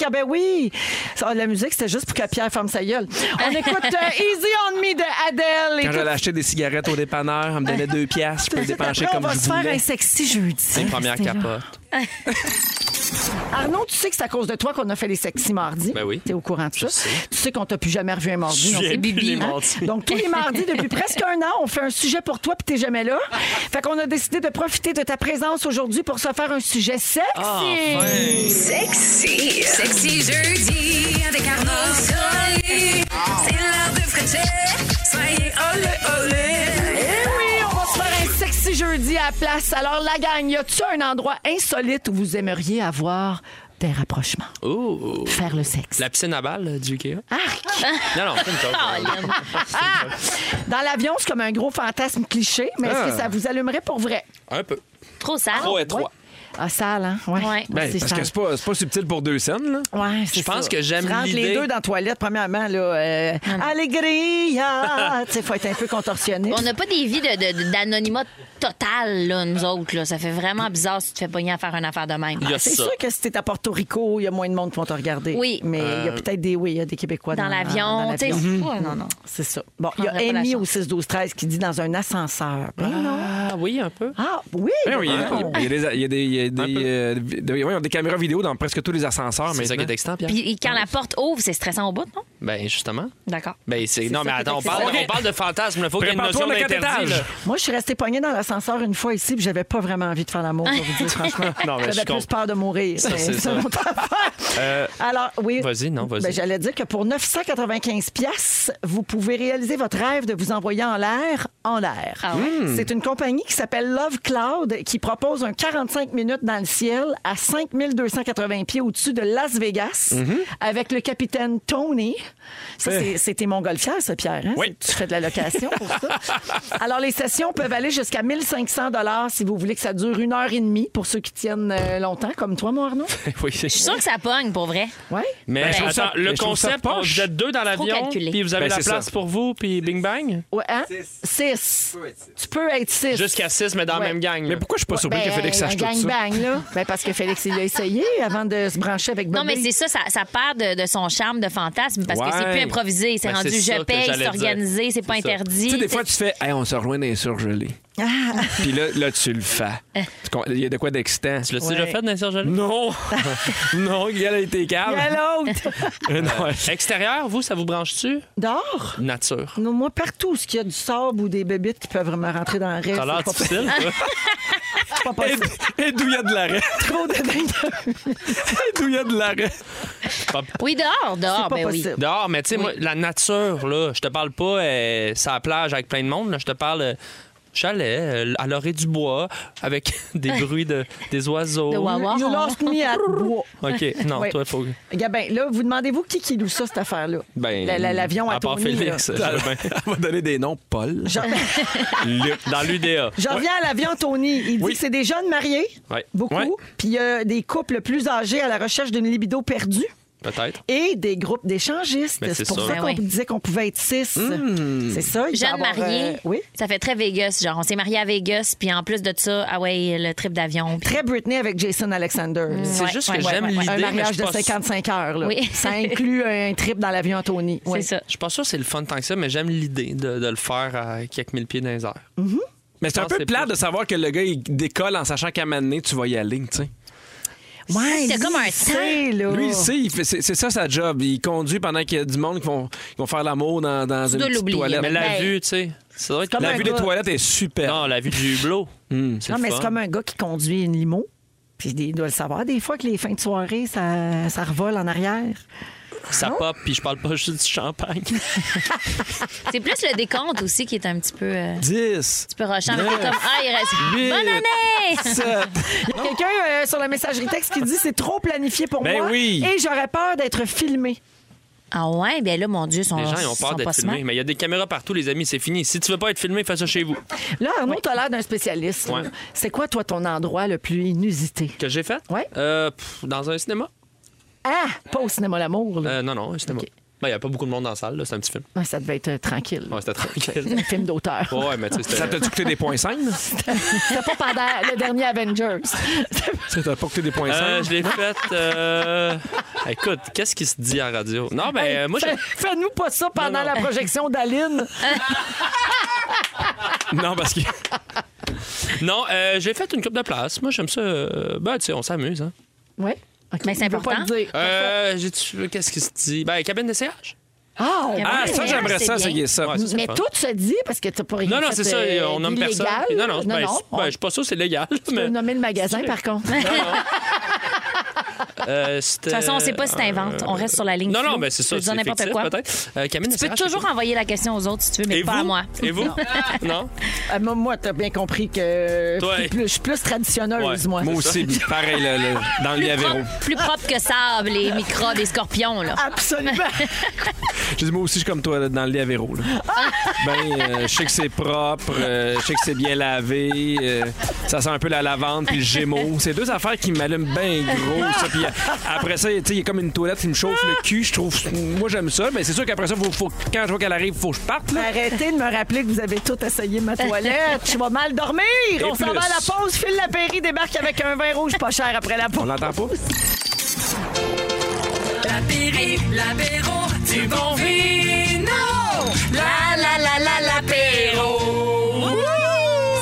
Ah ben oui. Ça, la musique c'était juste pour que Pierre ferme sa gueule. On écoute euh, Easy on Me de Adele.
Quand
Écoute,
j'allais acheter des cigarettes au dépanneur, on me donnait deux piastres, je peux
tout de
les
suite
dépenser
après,
comme
on va
je
se faire
voulais.
un sexy jeudi.
C'est une première
C'était là.
capote.
Arnaud, tu sais que c'est à cause de toi qu'on a fait les sexy mardis.
Ben oui.
T'es au courant de ça. Tu sais qu'on t'a plus jamais revu un mardi.
Je
on
viens
s'est
plus les
bibi, hein.
mardis.
Donc, tous les mardis, depuis presque un an, on fait un sujet pour toi puis t'es jamais là. Fait qu'on a décidé de profiter de ta présence aujourd'hui pour se faire un sujet sexy.
Ah,
Sexy. Sexy jeudi avec Arnaud Soli. C'est l'heure de Frencher. Soyez olé
Eh
olé.
oui, on va se faire un sexy jeudi à la place. Alors, la gang, y a-tu un endroit insolite où vous aimeriez avoir des rapprochements?
Oh.
Faire le sexe.
La piscine à balles euh, du Ikea. Non, non, c'est une joke.
Ah! Dans l'avion, c'est comme un gros fantasme cliché, mais est-ce que
Ah.
ça vous allumerait pour vrai?
Un peu.
Trop sale.
Trop étroit.
Ah, sale, hein? Ouais.
Ouais.
Ben,
C'est
parce que
sale.
c'est pas, c'est pas subtil pour deux scènes, là.
Ouais, c'est
Je pense
ça.
que j'aime
Tu rentres les
l'idée.
deux dans la toilette, premièrement, là. Euh, Allegria! tu sais, faut être un peu contorsionné.
Ah On n'a pas des vies d'anonymat de, d'anonymat total, là, nous autres. Là. Ça fait vraiment bizarre si tu te fais pogner à faire une affaire de même.
Il y a
C'est
ça.
sûr que si t'es à Porto Rico, il y a moins de monde qui vont te regarder.
Oui.
Mais il
Euh,
y a peut-être des, oui, il y a des Québécois dans,
Ah, Dans l'avion, tu sais.
l'avion.
c'est fou, hein, Non, non.
C'est ça. Bon, il y a
prendrais pas
Amy
la
au 6-12-13 qui dit dans un ascenseur. Ben non.
Ah oui, un peu.
Ah, oui!
Ben oui, il y
hein.
a-
voyons.
il y a des- il y a des- il y a des, euh, vi- de- oui, on a des caméras vidéo dans presque tous les ascenseurs, mais
C'est ça qui est excitant, Pierre?
Puis quand la porte ouvre, c'est stressant au bout, non?
Ben, justement.
D'accord.
Ben, c'est. Non,
ça
mais
qui est
attends, on parle,
excitant.
on parle de fantasme. Il faut qu'il y ait une notion
Prépare-toi, on a quatre
d'interdit.
étages.
là.
Moi, je suis restée pognée dans l'ascenseur une fois ici, puis j'avais pas vraiment envie de faire l'amour, pour vous dire, franchement.
Non, mais je
j'avais plus
comprends.
peur de mourir.
Ça, c'est ça.
mon affaire.
Euh,
Alors, oui.
vas-y, non, vas-y.
Ben, j'allais dire que pour 995 pièces, vous pouvez réaliser votre rêve de vous envoyer en l'air, en l'air.
Ah ouais?
Hmm.
C'est une compagnie qui s'appelle Love Cloud qui propose un 45 minutes dans le ciel
Mm-hmm.
à 5280 pieds au-dessus de Las Vegas avec le capitaine Tony Ça,
Eh.
c'est- c'est tes montgolfières, ça, Pierre. hein?
Oui.
Tu fais de la location pour ça. Alors, les sessions peuvent aller jusqu'à 1500 si vous voulez que ça dure une heure et demie pour ceux qui tiennent euh, longtemps, comme toi, moi, Arnaud.
Oui, c'est-
Je suis sûre que ça pogne, pour vrai.
Oui?
Mais
Ben, je
attends,
trouve ça-
Ah, le
je trouve ça
concept, on
poche.
vous êtes deux dans
Trop
l'avion,
calculé.
puis vous avez
Ben,
la
c'est
place
ça.
pour vous, puis bing bang.
Ouais, hein? Six. Tu peux être six.
Jusqu'à 6, mais dans
Ouais.
la même gang.
Mais pourquoi je suis pas surpris
Ben,
que Félix sache
un
tout ça?
gangbang, là. Ben, parce que Félix, il a essayé avant de se brancher avec Bobby.
Non, mais c'est ça, ça, ça perd de, de son charme de fantasme parce
Ouais.
que c'est plus improvisé. C'est
Ben,
rendu
c'est ça
je
que
paye,
j'allais
c'est organisé, c'est pas
C'est ça.
interdit.
Tu sais, des
c'est-
fois, tu fais, hey, on se rejoint dans les surgelés.
Ah.
Puis là, là, tu le fais. Tu con- Il y a de quoi d'excitant.
Tu l'as-tu
Eh. Ouais.
déjà fait, Nasser Jolie?
Non! non, Guillaume a été
Il y a
calme.
l'autre.
Non,
Extérieur, vous, ça vous branche-tu?
Dehors?
Nature.
Non, moi, partout, où il y a du sable ou des bébites qui peuvent me rentrer dans le reste.
T'as l'air
c'est pas-
difficile, toi.
c'est pas possible.
Et d'où il y a de l'arrêt?
Trop de dingue.
Et d'où il y a de l'arrêt?
Oui, dehors, dehors,
C'est pas
ben oui.
possible.
Dehors, mais tu sais, moi, la nature, là, je te parle pas euh, sur la plage avec plein de monde, là, je te parle euh, chalet, euh, à l'orée du bois, avec des bruits de, des oiseaux.
De wawa.
You lost me at bois.
OK, non,
Ouais.
toi, il faut.
Gabin, là, vous demandez-vous qui qui loue ça, cette affaire-là?
Ben,
La- la- L'avion à,
À part
Tony,
Félix.
là.
je veux bien.
On va donner des noms. Paul.
Je-
Luc, Dans l'UDA.
Je reviens à l'avion Tony. Il dit
Oui.
que c'est des jeunes mariés,
Ouais.
beaucoup,
Ouais.
puis il y a des couples plus âgés à la recherche d'une libido perdue.
Peut-être.
Et des groupes d'échangistes.
Ben,
c'est
c'est
pour
ça. Hmm.
ça,
Ben
qu'on
oui.
disait qu'on pouvait être six. C'est ça. il peut
Jeune
avoir,
marié,
euh, oui.
ça fait très Vegas. Genre, on s'est marié à Vegas, puis en plus de ça, ah ouais, le trip d'avion. puis-
Très Britney avec Jason Alexander.
C'est
Hmm. Ouais,
juste
ouais,
que
ouais,
j'aime
ouais, ouais.
l'idée.
Un
mais
mariage
je
de
suis pas-
55 heures. là.
Oui.
ça inclut un trip dans l'avion à Tony.
C'est
Oui.
ça.
Je suis pas sûr que c'est le fun tant que ça, mais j'aime l'idée de, de le faire à quelques mille pieds dans les airs.
Mais c'est un
Je pense
peu
que
plat
c'est
de savoir que le gars, il décolle en sachant qu'à un moment donné, tu vas y aller, tu sais.
Ouais,
C'est
lui,
comme un
il sait,
Oh.
là.
Lui, il sait, il fait- c'est c'est ça sa job. Il conduit pendant qu'il y a du monde qui vont, qui vont faire l'amour dans, dans une
dois
petite
l'oublier,
toilette.
Mais la
Ben-
vue, tu sais, ça doit être
la
un
vue des
gars.
toilettes est super.
Non, la vue du hublot. C'est
Non,
le
mais c'est
fun.
comme un gars qui conduit une limo. Puis il doit le savoir des fois que les fins de soirée, ça, ça revole en arrière.
Ça pop, puis je parle pas juste du champagne.
C'est plus le décompte aussi qui est un petit peu, euh,
10.
petit peu rochant. mais
Neuf.
c'est comme, ah, il reste.
Huit.
Bonne année!
Il y a quelqu'un euh, sur la messagerie texte qui dit c'est trop planifié pour
Ben
moi
oui.
et j'aurais peur d'être filmé.
Ah ouais, bien là, mon Dieu, ils sont
Les gens, ils ont
sont
peur
pas
d'être filmés.
smart.
Mais il y a des caméras partout, les amis, c'est fini. Si tu veux pas être filmé, fais ça chez vous.
Là, Arnaud, t'as l'air d'un spécialiste. là.
Ouais.
C'est quoi, toi, ton endroit le plus inusité?
Que j'ai fait?
Ouais.
Euh, pff, dans un cinéma?
Ah! Pas au cinéma L'Amour, là.
Euh, non, non, un cinéma.
Ok.
Ben, il n'y a pas beaucoup de monde dans la salle, là, c'est un petit film.
Ouais, ça devait être euh, tranquille.
Ouais, c'était
Un
tranquille.
film d'auteur.
Ouais, ouais, mais tu sais,
Ça
c'était.
t'a-tu coûté des points 5?
C'était pas pendant le dernier Avengers.
Ça t'a pas coûté des points 5?
Euh, je l'ai fait. euh, Écoute, qu'est-ce qui se dit à la radio? Non, ben, euh, moi, je.
Fais- Fais-nous pas ça pendant
Non, non.
la projection d'Aline.
Non, parce que.
Non, euh, j'ai fait une coupe de place. Moi, j'aime ça. euh, Ben, tu sais, on s'amuse, hein.
Oui.
Mais Ben, c'est important.
Euh, j'ai-tu- Qu'est-ce qui se dit? Ben, cabine d'essayage?
Ah, ouais.
Ah, ça, j'aimerais ça,
C'est
ça,
bien.
y est ça.
Ouais, ça, c'est
Mais
fun.
tout se dit parce que t'as pas rien
Non, non,
fait,
c'est ça.
euh,
On nomme personne.
d'illégal.
Non, non, ben, c'est-
on-
ben, je ben, suis pas sûr que c'est légal.
Tu
mais-
peux nommer le magasin, par contre.
Euh,
De toute façon, on sait pas si t'inventes. On reste sur la ligne.
Non,
floue.
non, mais c'est ça.
Tu peux dire
c'est
n'importe
fictif,
quoi.
Peut-être. Euh, Camille,
Tu peux
Serra,
toujours
c'est-
envoyer la question aux autres si tu veux, mais
Et
pas
vous?
à moi.
Et vous? non?
Ah, moi, moi, t'as bien compris que
Toi,
je suis plus- je suis plus traditionneuse,
Ouais.
moi.
Moi aussi, pareil, le- le- dans le
Plus
Liavero.
propre, plus propre que sable, les microbes, les scorpions, là.
Absolument.
Je dis, moi aussi, je suis comme toi, là, dans le Liavero. là. Ben, euh, je sais que c'est propre, euh, je sais que c'est bien lavé, euh, ça sent un peu la lavande puis le gémeaux. C'est deux affaires qui m'allument bien gros, ça. Puis euh, après ça, tu sais, il y a comme une toilette qui me chauffe le cul. Je trouve. Moi, j'aime ça, mais c'est sûr qu'après ça, faut, faut- quand je vois qu'elle arrive, faut que je parte, là.
Arrêtez de me rappeler que vous avez tout essayé ma toilette. Je vais mal dormir. On s'en
plus.
va à la pause. Phil Lapéry débarque avec un vin rouge pas cher après la
On
pause.
l'entend pas?
L'apéri, l'apéro du bon vino. La la la la l'apéro.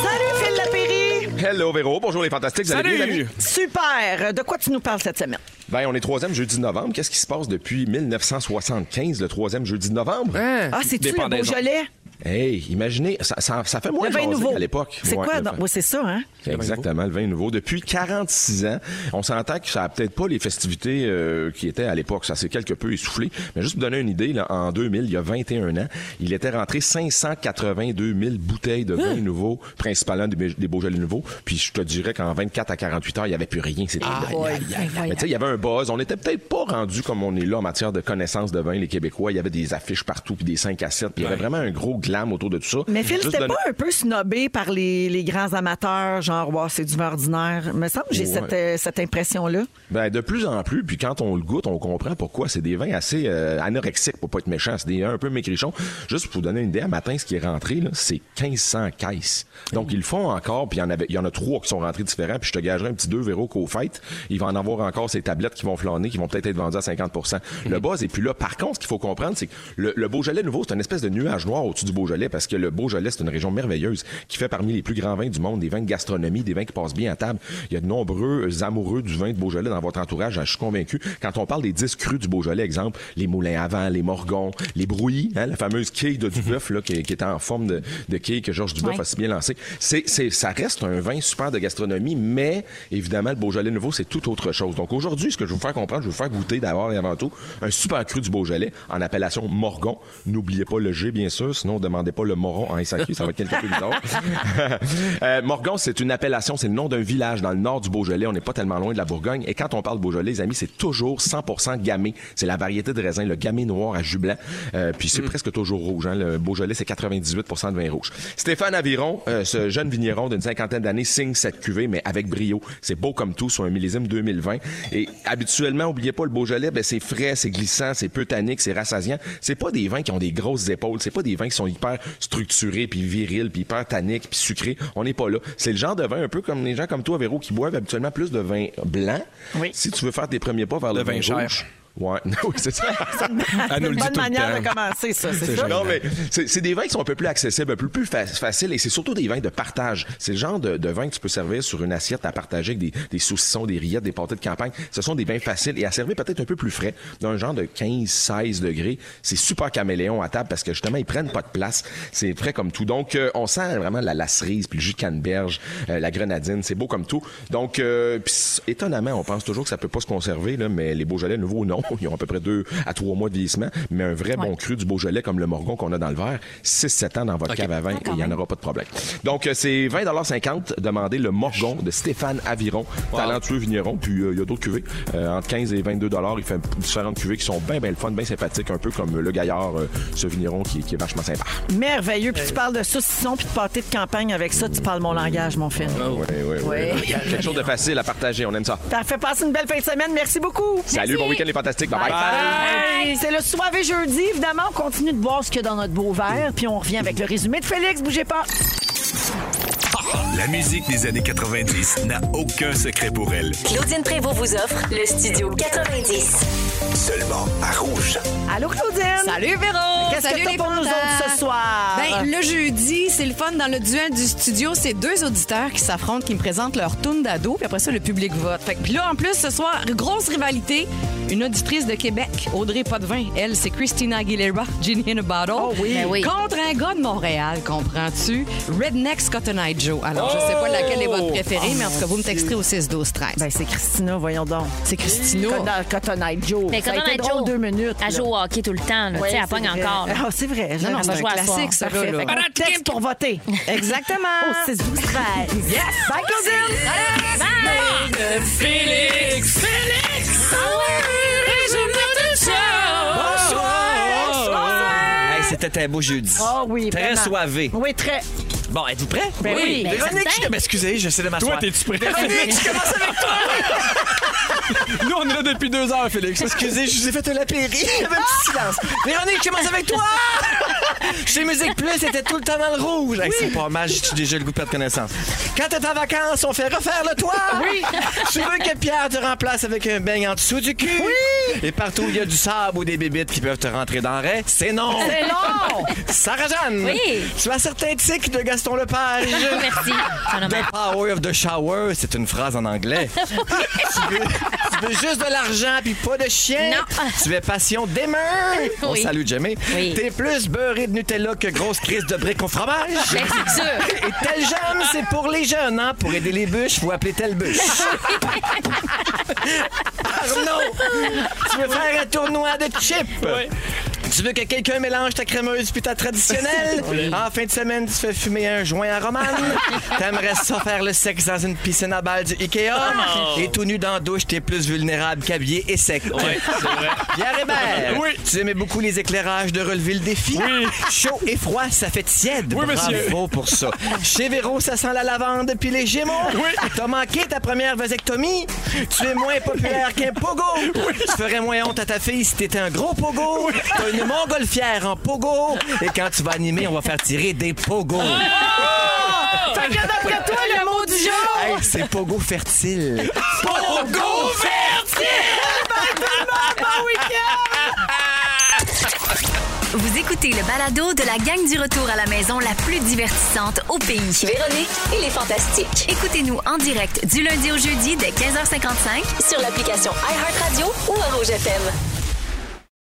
Salut, Phil Lapéry.
Hello Véro, bonjour les fantastiques, vous allez bien, les amis?
Super. De quoi tu nous parles cette semaine?
Ben, on est troisième jeudi de novembre. Qu'est-ce qui se passe depuis 1975, le troisième jeudi de novembre?
Ah, c'est-tu le
Dépend des
Beaujolais?
Hey, imaginez, ça, ça- ça fait moins
le vin
jaser
nouveau.
qu'à l'époque.
C'est
Ouais,
quoi?
le
donc?
vin.
Ouais, c'est ça, hein?
Exactement, le vin nouveau. Depuis 46 ans, on s'entend que ça n'a peut-être pas les festivités euh, qui étaient à l'époque. Ça s'est quelque peu essoufflé. Mais juste pour donner une idée, là, en 2000, il y a 21 ans, il était rentré 582 000 bouteilles de vin nouveau, principalement des, Be- des Beaujolais nouveaux. Puis je te dirais qu'en 24 à 48 heures, il n'y avait plus rien. C'était
boy.
Ben,
incroyable.
Incroyable.
Mais tu sais, il y avait un buzz. On n'était peut-être pas rendu comme on est là en matière de connaissance de vin, les Québécois. Il y avait des affiches partout, puis des 5 à 7. Puis il y avait vraiment un gros glam autour de tout ça.
Mais Phil,
Juste
c'était
donner-
pas un peu snobé par les, les grands amateurs, genre, wow, c'est du vin ordinaire. Il me semble que j'ai
Ouais.
cette, euh, cette impression-là.
Ben, de plus en plus, puis quand on le goûte, on comprend pourquoi. C'est des vins assez euh, anorexiques, pour pas être méchant. C'est des vins un peu maigrichons. Juste pour vous donner une idée, à matin, ce qui est rentré, là, c'est 1500 caisses. Donc, ils le font encore, puis il y, en avait- il y en a trois qui sont rentrés différents, puis je te gagerai un petit deux Véro qu'au fait, il va en avoir encore ces tablettes qui vont flâner, qui vont peut-être être vendues à 50 Le buzz est plus là. Par contre, ce qu'il faut comprendre, c'est que le, le Beaujolais nouveau, c'est une espèce de nuage noir au-dessus du Beaujolais, parce que le Beaujolais, c'est une région merveilleuse qui fait parmi les plus grands vins du monde, des vins de gastronomie, des vins qui passent bien à table. Il y a de nombreux amoureux du vin de Beaujolais dans votre entourage, je suis convaincu. Quand on parle des 10 crus du Beaujolais, exemple, les moulins avant, les morgons, les brouillis, hein, la fameuse quille de Dubuff, là, qui, qui est en forme de, de quille que Georges Dubuff
Ouais.
a si bien lancé. C'est, c'est- ça reste un vin super de gastronomie, mais évidemment, le Beaujolais nouveau, c'est tout autre chose. Donc aujourd'hui, ce que je vais vous faire comprendre, je vais vous faire goûter d'abord et avant tout un super cru du Beaujolais en appellation morgon. N'oubliez pas le G, bien sûr, sinon ne demandez pas le moron en SAQ, ça va être quelque peu bizarre. Euh, Morgon, c'est une appellation, c'est le nom d'un village dans le nord du Beaujolais. On n'est pas tellement loin de la Bourgogne. Et quand on parle Beaujolais, les amis, c'est toujours 100% gamay. C'est la variété de raisin, le gamay noir à jus blanc. Euh, puis c'est presque toujours rouge. hein. Le Beaujolais, c'est 98% de vin rouge. Stéphane Aviron, euh, ce jeune vigneron d'une cinquantaine d'années, signe cette cuvée, mais avec brio. C'est beau comme tout sur un millésime 2020. Et habituellement, oubliez pas, le Beaujolais, ben, c'est frais, c'est glissant, c'est peu tannique, c'est rassasiant. C'est pas des vins qui ont des grosses épaules. C'est pas des vins qui sont hyper structurés, puis virils, puis hyper tanniques, puis sucrés. On n'est pas là. C'est le genre de vin un peu comme les gens comme toi, Véro, qui boivent habituellement plus de vin blanc. Si tu veux faire tes premiers pas vers le, vin,
vin cher.
rouge. Ouais, oui, c'est ça.
C'est une bonne manière de commencer, ça, c'est ça?
Non, mais c'est c'est des vins qui sont un peu plus accessibles, un peu plus fa- faciles et c'est surtout des vins de partage. C'est le genre de, de vin que tu peux servir sur une assiette à partager avec des, des saucissons, des rillettes, des pâtés de campagne. Ce sont des vins faciles et à servir peut-être un peu plus frais, d'un genre de 15-16 degrés. C'est super caméléon à table parce que justement, ils prennent pas de place. C'est frais comme tout. Donc, euh, on sent vraiment la, la cerise, puis le jus de canneberge, euh, la grenadine. C'est beau comme tout. Donc, euh, puis s- étonnamment, on pense toujours que ça peut pas se conserver, là, mais les Beaujolais nouveaux, non. Ils ont à peu près deux à trois mois de vieillissement. Mais un vrai bon cru du Beaujolais, comme le Morgon qu'on a dans le verre, 6-7 ans dans votre cave à vin, et il n'y en aura pas de problème. Donc, euh, c'est 20,50 Demandez le Morgon de Stéphane Aviron, talentueux vigneron. Puis, euh, il y a d'autres cuvées. euh, entre 15 et 22 Il fait différentes cuvées qui sont bien, bien le fun, bien sympathiques, un peu comme le Gaillard, euh, ce vigneron qui, qui est vachement sympa.
Merveilleux. Puis tu parles de saucisson puis de pâté de campagne avec ça. Tu parles mon langage, mon Phil.
Oui, oui,
Ouais.
oui. Quelque chose de facile à partager, on aime ça.
T'as fait passer une belle fin de semaine. Merci beaucoup.
Salut, bon week-end les fantastiques. Bye bye.
Bye. C'est le soirée jeudi. Évidemment, on continue de boire ce qu'il y a dans notre beau verre. Puis on revient avec le résumé de Félix. Bougez pas.
La musique des années 90 n'a aucun secret pour elle.
Claudine Prévost vous offre le Studio 90.
Seulement à Rouge.
Allô, Claudine.
Salut, Véro.
Qu'est-ce
Salut
que t'as
les
pour nous
fantas.
autres ce soir?
Ben, le jeudi, c'est le fun dans le duel du studio. C'est deux auditeurs qui s'affrontent, qui me présentent leur tune d'ado, puis après ça, le public vote. Fait que- puis là, en plus, ce soir, grosse rivalité. Une auditrice de Québec, Audrey Potvin. Elle, c'est Christina Aguilera, Ginny in a Bottle.
Ben oui.
Contre un gars de Montréal, comprends-tu? Redneck Cotton Eye Joe. Alors, je sais pas laquelle est votre préférée, mais en tout cas, vous me texterez au 6 12 13
Ben, c'est Christina, voyons donc.
C'est Christina.
Cotton- Cotton Eye Joe.
Mais
Ça a
Ben, Cotton
été
Eye
drôle
Joe,
deux minutes.
elle
là.
joue au hockey tout le temps, là. Tu
Ouais,
sais, elle
c'est
pogne
vrai.
encore, là.
Ah, c'est vrai.
Non, non,
j'avais
ça
un
joue à
classique,
soir.
ça,
Parfait.
là.
Fait qu'on
Parade texte pour voter.
Exactement.
Oh, c'est ce Yes. Bye, Claudine.
Ben,
Bye. Félix. Félix.
Hey, C'était un beau jeudi.
Ah oui,
Très
vraiment.
soivé.
Oui, très.
Bon, êtes-vous prêts?
Ben oui. Ben
Véronique,
certain.
je m'excuser, j'essaie de m'asseoir.
t'es-tu prêt?
Véronique, je commence avec toi!
Nous, on est là depuis deux heures, Félix.
Excusez, je vous ai fait un lapéry. Il y avait un petit silence. Véronique, je commence avec toi! Chez Musique Plus, c'était tout le temps dans le rouge. Hey, C'est pas mal, j'ai déjà le goût de perdre connaissance. Quand t'es en vacances, on fait refaire le toit!
Oui.
Tu veux que Pierre te remplace avec un beigne en dessous du cul? Oui! Et partout où il y a du sable ou des bébites qui peuvent te rentrer dans le raie, c'est non!
C'est non!
Sarah-Jeanne!
Oui.
Tu as certains tics de Gaston Lepage.
Merci.
The power of the shower, c'est une phrase en anglais. tu, veux, tu veux juste de l'argent puis pas de chien.
Non.
Tu veux passion d'aimer. On
Oui.
salue Jemmy.
Oui.
T'es plus beurré purée de Nutella que grosse crise de briques au fromage.
Ben, c'est sûr.
Et telle jambe, c'est pour les jeunes, hein? Pour aider les bûches, faut appeler telle bûche. Arnaud, tu veux faire un tournoi de chips? Tu veux que quelqu'un mélange ta crémeuse puis ta traditionnelle?
Oui.
En fin de semaine, tu fais fumer un joint à romane. T'aimerais ça faire le sexe dans une piscine à balles du Ikea?
Oh.
Et tout nu dans la douche, t'es plus vulnérable qu'habillé et sec.
Ouais, c'est vrai.
Pierre Hébert,
Oui.
tu aimais beaucoup les éclairages de relever le défi? Oui. Chaud et froid, ça fait tiède.
Oui,
Bravo
monsieur.
pour ça. Chez Véro, ça sent la lavande puis les gémeaux. Oui. T'as manqué ta première vasectomie? Tu es moins populaire qu'un pogo. Tu ferais moins honte à ta fille si t'étais un gros pogo. T'as une montgolfière en pogo. Et quand tu vas animer, on va faire tirer des pogos.
Fait que d'après toi, le mot du jour.
Hey, c'est pogo fertile.
Pogo fertile! Ben, tellement bon week-end!
Vous écoutez le balado de la gang du retour à la maison la plus divertissante au pays. Véronique et les Fantastiques. Écoutez-nous en direct du lundi au jeudi dès 15h55 sur l'application iHeartRadio ou à Rouge FM.